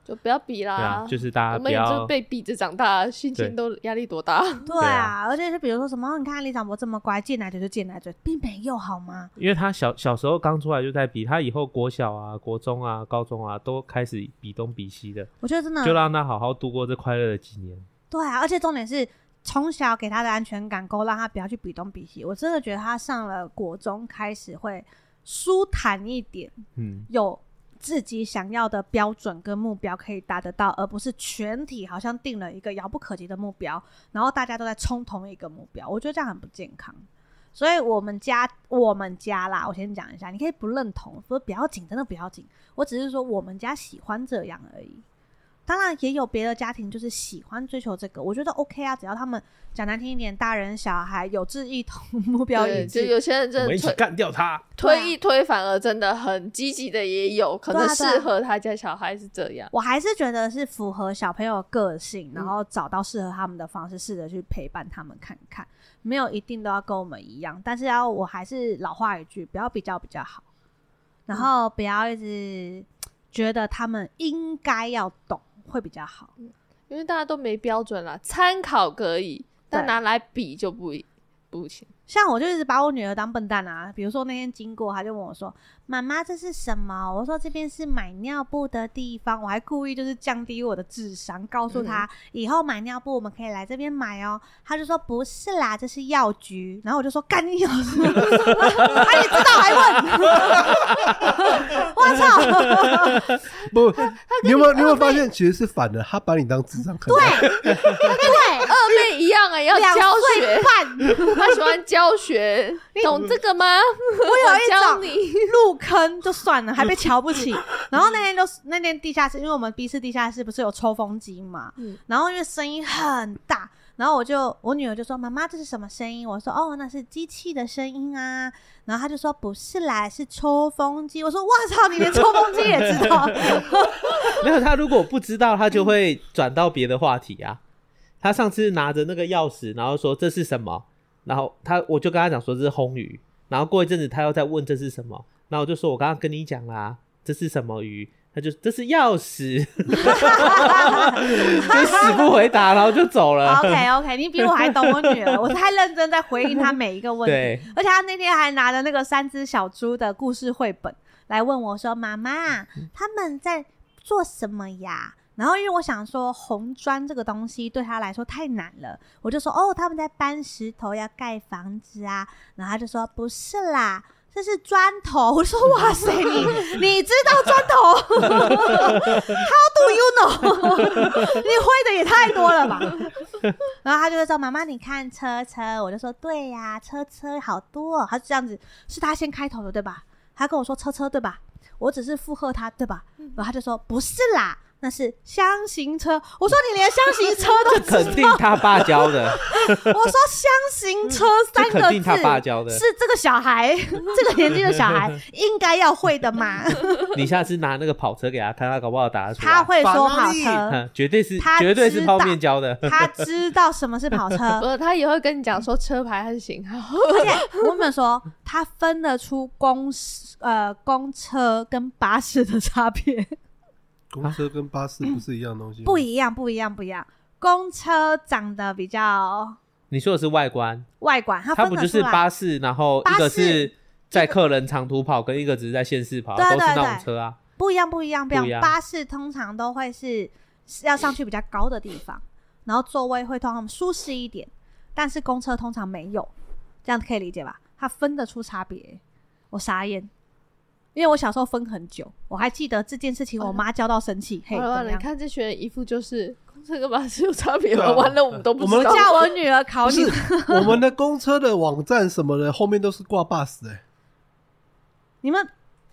[SPEAKER 3] 就不要比
[SPEAKER 4] 对
[SPEAKER 3] 啦
[SPEAKER 4] 啊，，就是
[SPEAKER 3] 呃
[SPEAKER 4] 大
[SPEAKER 3] 我
[SPEAKER 4] 家不
[SPEAKER 3] 们也就
[SPEAKER 4] 要
[SPEAKER 3] 被逼着长大，心情
[SPEAKER 4] 对
[SPEAKER 3] 都压力多大。
[SPEAKER 2] 对
[SPEAKER 4] 对
[SPEAKER 2] 啊，
[SPEAKER 4] 啊
[SPEAKER 2] 而且是比如说什么，你看李长博这么乖，进来嘴就进来嘴，并没有好吗？
[SPEAKER 4] 因为他小小时候刚出来就在比，他以后国小啊、国中啊、高中啊都开始比东比西的，
[SPEAKER 2] 我觉得真
[SPEAKER 4] 就
[SPEAKER 2] 的
[SPEAKER 4] 让他好好度过这快乐的几年。
[SPEAKER 2] 对啊，而且重点是从小给他的安全感够，让他不要去比东比西。我真的觉得他上了国中开始会舒坦一点，
[SPEAKER 4] 嗯，
[SPEAKER 2] 有自己想要的标准跟目标可以达得到，而不是全体好像定了一个遥不可及的目标，然后大家都在冲同一个目标，我觉得这样很不健康。所以我们家我们家啦，我先讲一下，你可以不认同，说不要紧，真的不要紧。我只是说我们家喜欢这样而已。当然也有别的家庭就是喜欢追求这个，我觉得 OK 啊，只要他们讲难听一点，大人小孩有志一同，目 标
[SPEAKER 3] 对，
[SPEAKER 2] 一
[SPEAKER 3] 就
[SPEAKER 2] 致，
[SPEAKER 3] 有些人
[SPEAKER 4] 我
[SPEAKER 3] 真
[SPEAKER 4] 们
[SPEAKER 3] 的
[SPEAKER 4] 一起
[SPEAKER 3] 推
[SPEAKER 4] 干掉他。
[SPEAKER 2] 对啊
[SPEAKER 3] 推一推，反而真的很积极的也有，可能
[SPEAKER 2] 对啊对啊
[SPEAKER 3] 适合他家小孩是这样。
[SPEAKER 2] 我还是觉得是符合小朋友个性，然后找到适合他们的方式，试着去陪伴他们看看，没有一定都要跟我们一样，但是要我还是老话一句，不要比较比较好，然后不要一直觉得他们应该要懂会比较好。
[SPEAKER 3] 因为大家都没标准啦，参考可以，但
[SPEAKER 2] 对
[SPEAKER 3] 拿来比就不一不行。
[SPEAKER 2] 像我就一直把我女儿当笨蛋啊，比如说那天经过，她就问我说：“妈妈，这是什么？”我说：“这边是买尿布的地方。”我还故意就是降低我的智商，告诉她、以后买尿布我们可以来这边买哦。她就说：“不是啦，这是药局。”然后我就说：“干你老师！” 啊，你知道还问？ 我操！
[SPEAKER 1] 不，你有没有你有没有发现，其实是反的，他把你当智障看待。
[SPEAKER 2] 对，
[SPEAKER 3] 二妹一样啊，要
[SPEAKER 2] 两
[SPEAKER 3] 教
[SPEAKER 2] 岁
[SPEAKER 3] 学，
[SPEAKER 2] 半
[SPEAKER 3] 他喜欢教 学，懂这个吗？我
[SPEAKER 2] 有
[SPEAKER 3] 教
[SPEAKER 2] 一种
[SPEAKER 3] 你，
[SPEAKER 2] 入坑就算了，还被瞧不起。然后那天就是那天地下室，因为我们 B 四地下室不是有抽风机嘛，
[SPEAKER 3] 嗯
[SPEAKER 2] 然后因为声音很大，然后我就我女儿就说：“妈妈，这是什么声音？”我说：“哦，那是机器的声音啊。”然后她就说：“不是啦，是抽风机。”我说：“哇操，你连抽风机也知道？”
[SPEAKER 4] 没有，他如果不知道，他就会转到别的话题
[SPEAKER 2] 嗯
[SPEAKER 4] 啊。他上次拿着那个钥匙，然后说这是什么，然后他我就跟他讲说这是红鱼，然后过一阵子他又在问这是什么，然后我就说我刚刚跟你讲啦，这是什么鱼，他就这是 钥匙，就死不回答，然后就走了。
[SPEAKER 2] OK OK，你比我还懂我女 儿，我太认真在回应她每一个问
[SPEAKER 4] 对
[SPEAKER 2] 题，而且她那天还拿着那个三只小猪的故事绘本来问我说：“妈妈，他们在做什么呀？”然后因为我想说红砖这个东西对她来说太难了，我就说：“哦，他们在搬石头要盖房子啊。”然后她就说：“不是啦。”这是砖头，我说哇塞，你你知道砖头？How do you know？你 会的也太多了吧？ 然后他就会说：“妈妈，你看车车。”我就说：“对呀、车车好多、哦。”他就这样子，是他先开头的对吧？他跟我说：“车车对吧？”我只是附和他对吧？然后他就说：“不是啦，那是箱型车。我说你连箱型车都
[SPEAKER 5] 这肯定他爸教的，
[SPEAKER 2] 我说箱型车三
[SPEAKER 5] 这
[SPEAKER 2] 个
[SPEAKER 5] 肯定他爸
[SPEAKER 2] 字
[SPEAKER 5] 教的。
[SPEAKER 2] 是这个小孩， 这个年纪的小孩应该要会的嘛。
[SPEAKER 4] 你下次拿那个跑车给他看，他搞不好打得出来。
[SPEAKER 2] 他会说跑
[SPEAKER 1] Ferrari
[SPEAKER 2] 车，
[SPEAKER 4] 嗯，绝对是
[SPEAKER 2] 他
[SPEAKER 4] 绝对是
[SPEAKER 2] 知
[SPEAKER 4] 泡
[SPEAKER 2] 道
[SPEAKER 4] 面教的。
[SPEAKER 2] 他知道什么是跑车，
[SPEAKER 3] 不是，他也会跟你讲说车牌和型号。
[SPEAKER 2] 而且我们说他分得出公司呃公车跟巴士的差 别，
[SPEAKER 1] 公车跟巴士不是一样东西吗？
[SPEAKER 2] 不一样，不一样，不一样。公车长得比较
[SPEAKER 4] 你说的是外观，
[SPEAKER 2] 外观，它
[SPEAKER 4] 它
[SPEAKER 2] 分
[SPEAKER 4] 不
[SPEAKER 2] 得
[SPEAKER 4] 就
[SPEAKER 2] 出
[SPEAKER 4] 是巴
[SPEAKER 2] 来。
[SPEAKER 4] 士，然后
[SPEAKER 2] 巴
[SPEAKER 4] 一个
[SPEAKER 2] 士一
[SPEAKER 4] 是载客人长途跑，跟一个只是在县市跑，
[SPEAKER 2] 对
[SPEAKER 4] 都是
[SPEAKER 2] 对
[SPEAKER 4] 那种
[SPEAKER 2] 对
[SPEAKER 4] 车啊。
[SPEAKER 2] 不一样，不一样，不
[SPEAKER 4] 不
[SPEAKER 2] 一
[SPEAKER 4] 一
[SPEAKER 2] 样。
[SPEAKER 4] 样
[SPEAKER 2] 巴士通常都会是是要上去比较高的地方，然后座位会通常舒适一点，但是公车通常没有，这样可以理解吧？它分得出差别，我傻眼，因为我小时候分很久，我还记得这件事情，
[SPEAKER 4] 哦
[SPEAKER 2] 我妈教到生气。嘿，
[SPEAKER 3] 完
[SPEAKER 2] 怎
[SPEAKER 3] 了
[SPEAKER 2] 么
[SPEAKER 3] 完了，
[SPEAKER 2] 样
[SPEAKER 3] 你？看这学员一副就是这个巴士有差别
[SPEAKER 1] 对啊
[SPEAKER 3] 吗？完了，我们都不
[SPEAKER 1] 我们
[SPEAKER 3] 知道。
[SPEAKER 2] 叫我女儿考
[SPEAKER 4] 啊
[SPEAKER 1] 不
[SPEAKER 2] 你
[SPEAKER 1] 是，我们的公车的网站什么的，后面都是挂 bus 哎、
[SPEAKER 2] 你们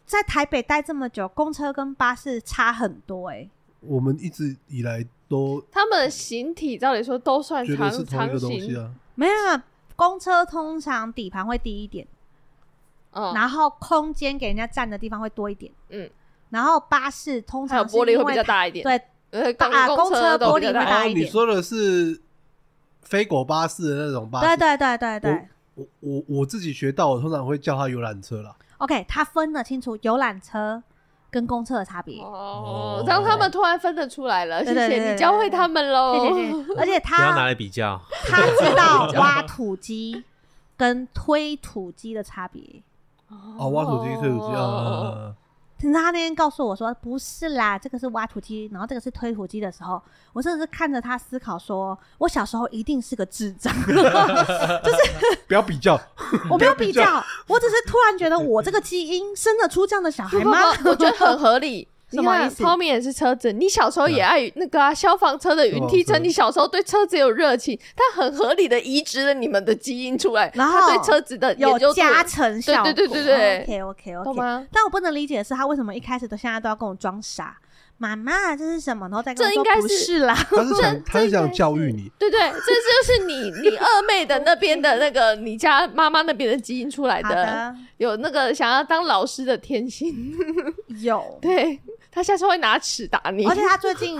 [SPEAKER 2] 在台北待这么久，公车跟巴士差很多哎、
[SPEAKER 1] 我们一直以来都
[SPEAKER 3] 他们的形体照理说都算
[SPEAKER 1] 觉
[SPEAKER 3] 长
[SPEAKER 1] 得是同一
[SPEAKER 3] 长
[SPEAKER 1] 个东西
[SPEAKER 3] 形，
[SPEAKER 1] 啊。
[SPEAKER 2] 没有，没有公车通常底盘会低一点，
[SPEAKER 3] 嗯，
[SPEAKER 2] 然后空间给人家站的地方会多一点，
[SPEAKER 3] 嗯，
[SPEAKER 2] 然后巴士通
[SPEAKER 3] 还有
[SPEAKER 2] 常是
[SPEAKER 3] 玻璃
[SPEAKER 2] 因
[SPEAKER 3] 会比
[SPEAKER 2] 为
[SPEAKER 3] 较
[SPEAKER 2] 它，
[SPEAKER 3] 大一点。
[SPEAKER 2] 对，
[SPEAKER 3] 呃，
[SPEAKER 2] 大
[SPEAKER 3] 公公
[SPEAKER 2] 公车
[SPEAKER 3] 都
[SPEAKER 2] 玻
[SPEAKER 3] 比较
[SPEAKER 2] 璃会
[SPEAKER 3] 大
[SPEAKER 2] 大
[SPEAKER 1] 哦，
[SPEAKER 2] 一
[SPEAKER 1] 你
[SPEAKER 2] 点
[SPEAKER 1] 说的是飞狗巴士的那种巴士？
[SPEAKER 2] 对对对对对
[SPEAKER 1] 我我我自己学到，我通常会叫它游览车啦。
[SPEAKER 2] ，OK，它分得清楚游览车跟公车的差别，
[SPEAKER 3] 哦
[SPEAKER 4] 哦，
[SPEAKER 3] 让他们突然分得出来了，
[SPEAKER 2] 对
[SPEAKER 3] 谢
[SPEAKER 2] 对对对
[SPEAKER 3] 谢
[SPEAKER 2] 对
[SPEAKER 3] 你教会他们喽。
[SPEAKER 2] 谢谢谢
[SPEAKER 3] 哦
[SPEAKER 2] 谢，而且
[SPEAKER 4] 不要拿
[SPEAKER 2] 它
[SPEAKER 4] 来比较，
[SPEAKER 2] 它知道挖土机跟推土机的差别。
[SPEAKER 1] 哦，挖土机、推土机啊啊啊啊，啊
[SPEAKER 2] 等到他那天告诉我说不是啦，这个是挖土机，然后这个是推土机的时候，我真的是看着他思考说，我小时候一定是个智障，
[SPEAKER 1] 不要比 较，
[SPEAKER 2] 我没有比
[SPEAKER 1] 比
[SPEAKER 2] 较
[SPEAKER 1] 较，
[SPEAKER 2] 我只是突然觉得我这个基因生得出这样的小孩
[SPEAKER 3] 不不
[SPEAKER 2] 吗？
[SPEAKER 3] 不，我觉得很合
[SPEAKER 2] 哎
[SPEAKER 3] 理。
[SPEAKER 2] 什
[SPEAKER 3] 你
[SPEAKER 2] 么
[SPEAKER 3] 看
[SPEAKER 2] 意思嗯
[SPEAKER 3] 泡面也是车子，你小时候也爱那个啊，消防车的云梯
[SPEAKER 1] 消
[SPEAKER 3] 车，
[SPEAKER 1] 防车
[SPEAKER 3] 你小时候对车子有热情，它很合理的移植了你们的基因出来，
[SPEAKER 2] 然后
[SPEAKER 3] 它对车子的研
[SPEAKER 2] 有
[SPEAKER 3] 究度
[SPEAKER 2] 加成效果，
[SPEAKER 3] 对对对对对
[SPEAKER 2] o k OK
[SPEAKER 3] 懂
[SPEAKER 2] OK。
[SPEAKER 3] 吗？
[SPEAKER 2] 但我不能理解的是，他为什么一开始都现在都要跟我装傻？妈妈，这是什么？然后再跟我
[SPEAKER 3] 这
[SPEAKER 2] 说
[SPEAKER 3] 应该
[SPEAKER 2] 不
[SPEAKER 3] 是
[SPEAKER 2] 是啦，
[SPEAKER 1] 他是想他是想教育你，
[SPEAKER 3] 对对，这就 是你你二妹的那边的那个你家妈妈那边的基因出来
[SPEAKER 2] 好
[SPEAKER 3] 的，
[SPEAKER 2] 的，
[SPEAKER 3] 有那个想要当老师的天性。
[SPEAKER 2] 有。
[SPEAKER 3] 对，她下次会拿尺打你
[SPEAKER 2] 而。且他最近，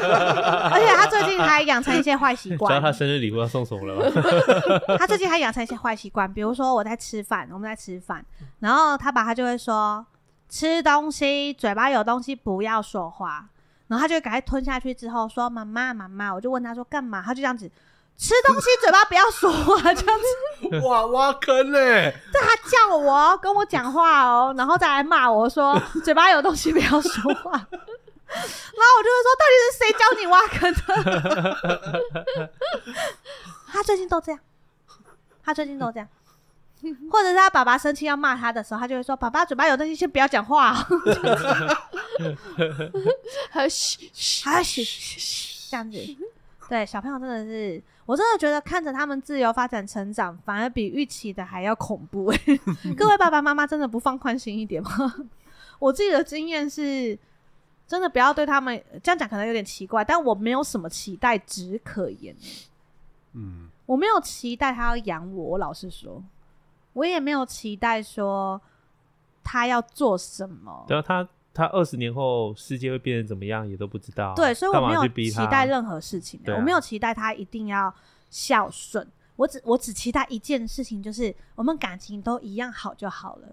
[SPEAKER 2] 而且他最近还养成一些坏习
[SPEAKER 4] 知道
[SPEAKER 2] 惯。
[SPEAKER 4] 他生日礼物要送什么了 吗？
[SPEAKER 2] 他最近还养成一些坏习惯，比如说我在吃饭，我们在吃饭，然后他爸他就会说吃东西嘴巴有东西不要说话，然后他就赶快吞下去之后说妈妈妈妈，我就问他说干嘛，他就这样子。吃东西嘴巴不要说话，这样子，
[SPEAKER 1] 哇挖坑欸嘞！
[SPEAKER 2] 他叫我哦跟我讲话哦，然后再来骂我说嘴巴有东西不要说话，然后我就会说到底是谁教你挖坑的？他最近都这样，他最近都这样，或者是他爸爸生气要骂他的时候，他就会说：“爸爸嘴巴有东西，先不要讲话、哦。
[SPEAKER 3] 还嘘”嘘，
[SPEAKER 2] 还要啊嘘嘘嘘这样子。 对，小朋友真的是，我真的觉得看着他们自由发展成长，反而比预期的还要恐怖、欸。 各位爸爸妈妈真的不放宽心一点吗？ 我自己的经验是，真的不要对他们这样讲，可能有点奇怪，但我没有什么期待值可言。欸
[SPEAKER 1] 嗯，
[SPEAKER 2] 我没有期待他要养我，我老实说，我也没有期待说他要做什么。
[SPEAKER 4] 对啊，他他二十年后世界会变成怎么样也都不知道啊。
[SPEAKER 2] 对，所以我
[SPEAKER 4] 干
[SPEAKER 2] 没
[SPEAKER 4] 嘛
[SPEAKER 2] 有
[SPEAKER 4] 去逼
[SPEAKER 2] 期
[SPEAKER 4] 他
[SPEAKER 2] 待任何事情、欸
[SPEAKER 4] 对啊
[SPEAKER 2] 我没有期待他一定要孝顺，我只我只期待一件事情，就是我们感情都一样好就好了。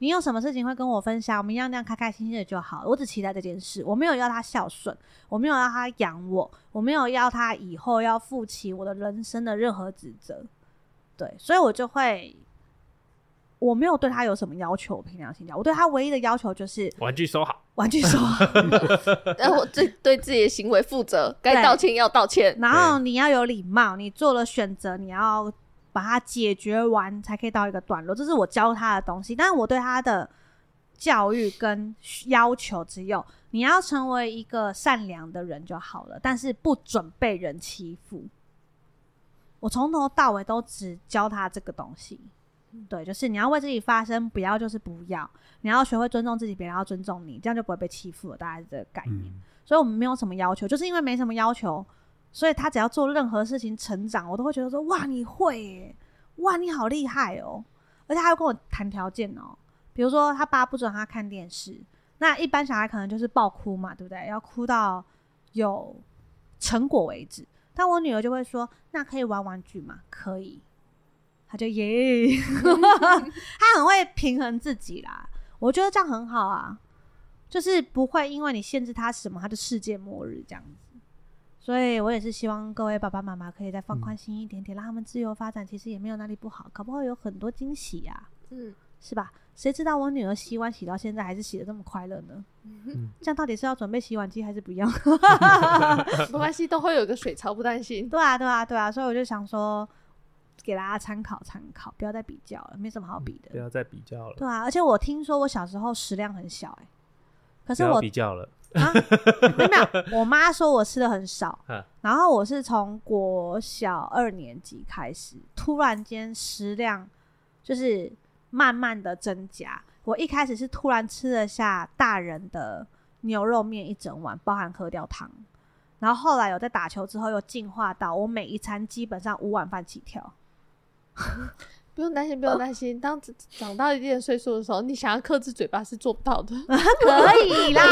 [SPEAKER 2] 你有什么事情会跟我分享，我们一样那样开开心心的就好。我只期待这件事，我没有要他孝顺，我没有要他养我，我没有要他以后要负起我的人生的任何职责。对，所以我就会，我没有对他有什么要求。我凭良心讲，我对他唯一的要求就是
[SPEAKER 4] 玩具收好，
[SPEAKER 2] 玩具收好。
[SPEAKER 3] 然后对对自己的行为负责，
[SPEAKER 2] 对
[SPEAKER 3] 该道歉要道歉。
[SPEAKER 2] 然后你要有礼貌，你做了选择，你要把它解决完，才可以到一个段落。这是我教他的东西，但是我对他的教育跟要求只有你要成为一个善良的人就好了，但是不准被人欺负。我从头到尾都只教他这个东西，对，就是你要为自己发声，不要就是不要，你要学会尊重自己，别人要尊重你，这样就不会被欺负了。大概是这个概念。
[SPEAKER 1] 嗯，
[SPEAKER 2] 所以我们没有什么要求，就是因为没什么要求，所以他只要做任何事情成长，我都会觉得说哇你会耶，哇你好厉害哦，而且他会跟我谈条件哦，比如说他爸不准他看电视，那一般小孩可能就是爆哭嘛，对不对？要哭到有成果为止。但我女儿就会说：“那可以玩玩具吗？”可以，她就耶， 她很会平衡自己啦。我觉得这样很好啊，就是不会因为你限制她什么，她就世界末日这样子。所以我也是希望各位爸爸妈妈可以再放
[SPEAKER 4] 嗯
[SPEAKER 2] 宽心一点点，让他们自由发展，其实也没有哪里不好，搞不好有很多惊喜呀、
[SPEAKER 3] 嗯，
[SPEAKER 2] 是吧？谁知道我女儿洗碗洗到现在还是洗的这么快乐呢？
[SPEAKER 4] 嗯
[SPEAKER 2] 这样到底是要准备洗碗机还是不要？
[SPEAKER 3] 没关系，都会有一个水槽，不担心。
[SPEAKER 2] 对啊，对啊，对啊，所以我就想说，给大家参考参考，不要再比较了，没什么好比
[SPEAKER 4] 嗯不
[SPEAKER 2] 的。
[SPEAKER 4] 要再比较了，
[SPEAKER 2] 对啊，而且我听说我小时候食量很小、欸，可
[SPEAKER 4] 不
[SPEAKER 2] 是
[SPEAKER 4] 要
[SPEAKER 2] 我
[SPEAKER 4] 比 较了。
[SPEAKER 2] 啊，没有没 有，我妈说我吃的很少
[SPEAKER 4] 啊，
[SPEAKER 2] 然后我是从国小二年级开始，突然间食量就是慢慢的增加。我一开始是突然吃得下大人的牛肉面一整碗，包含喝掉汤。然后后来有在打球之后，又进化到我每一餐基本上五碗饭起跳。
[SPEAKER 3] 不用担心，不用担心。当长长到一定的岁数的时候，你想要克制嘴巴是做不到的。
[SPEAKER 2] 嗯可以 啦，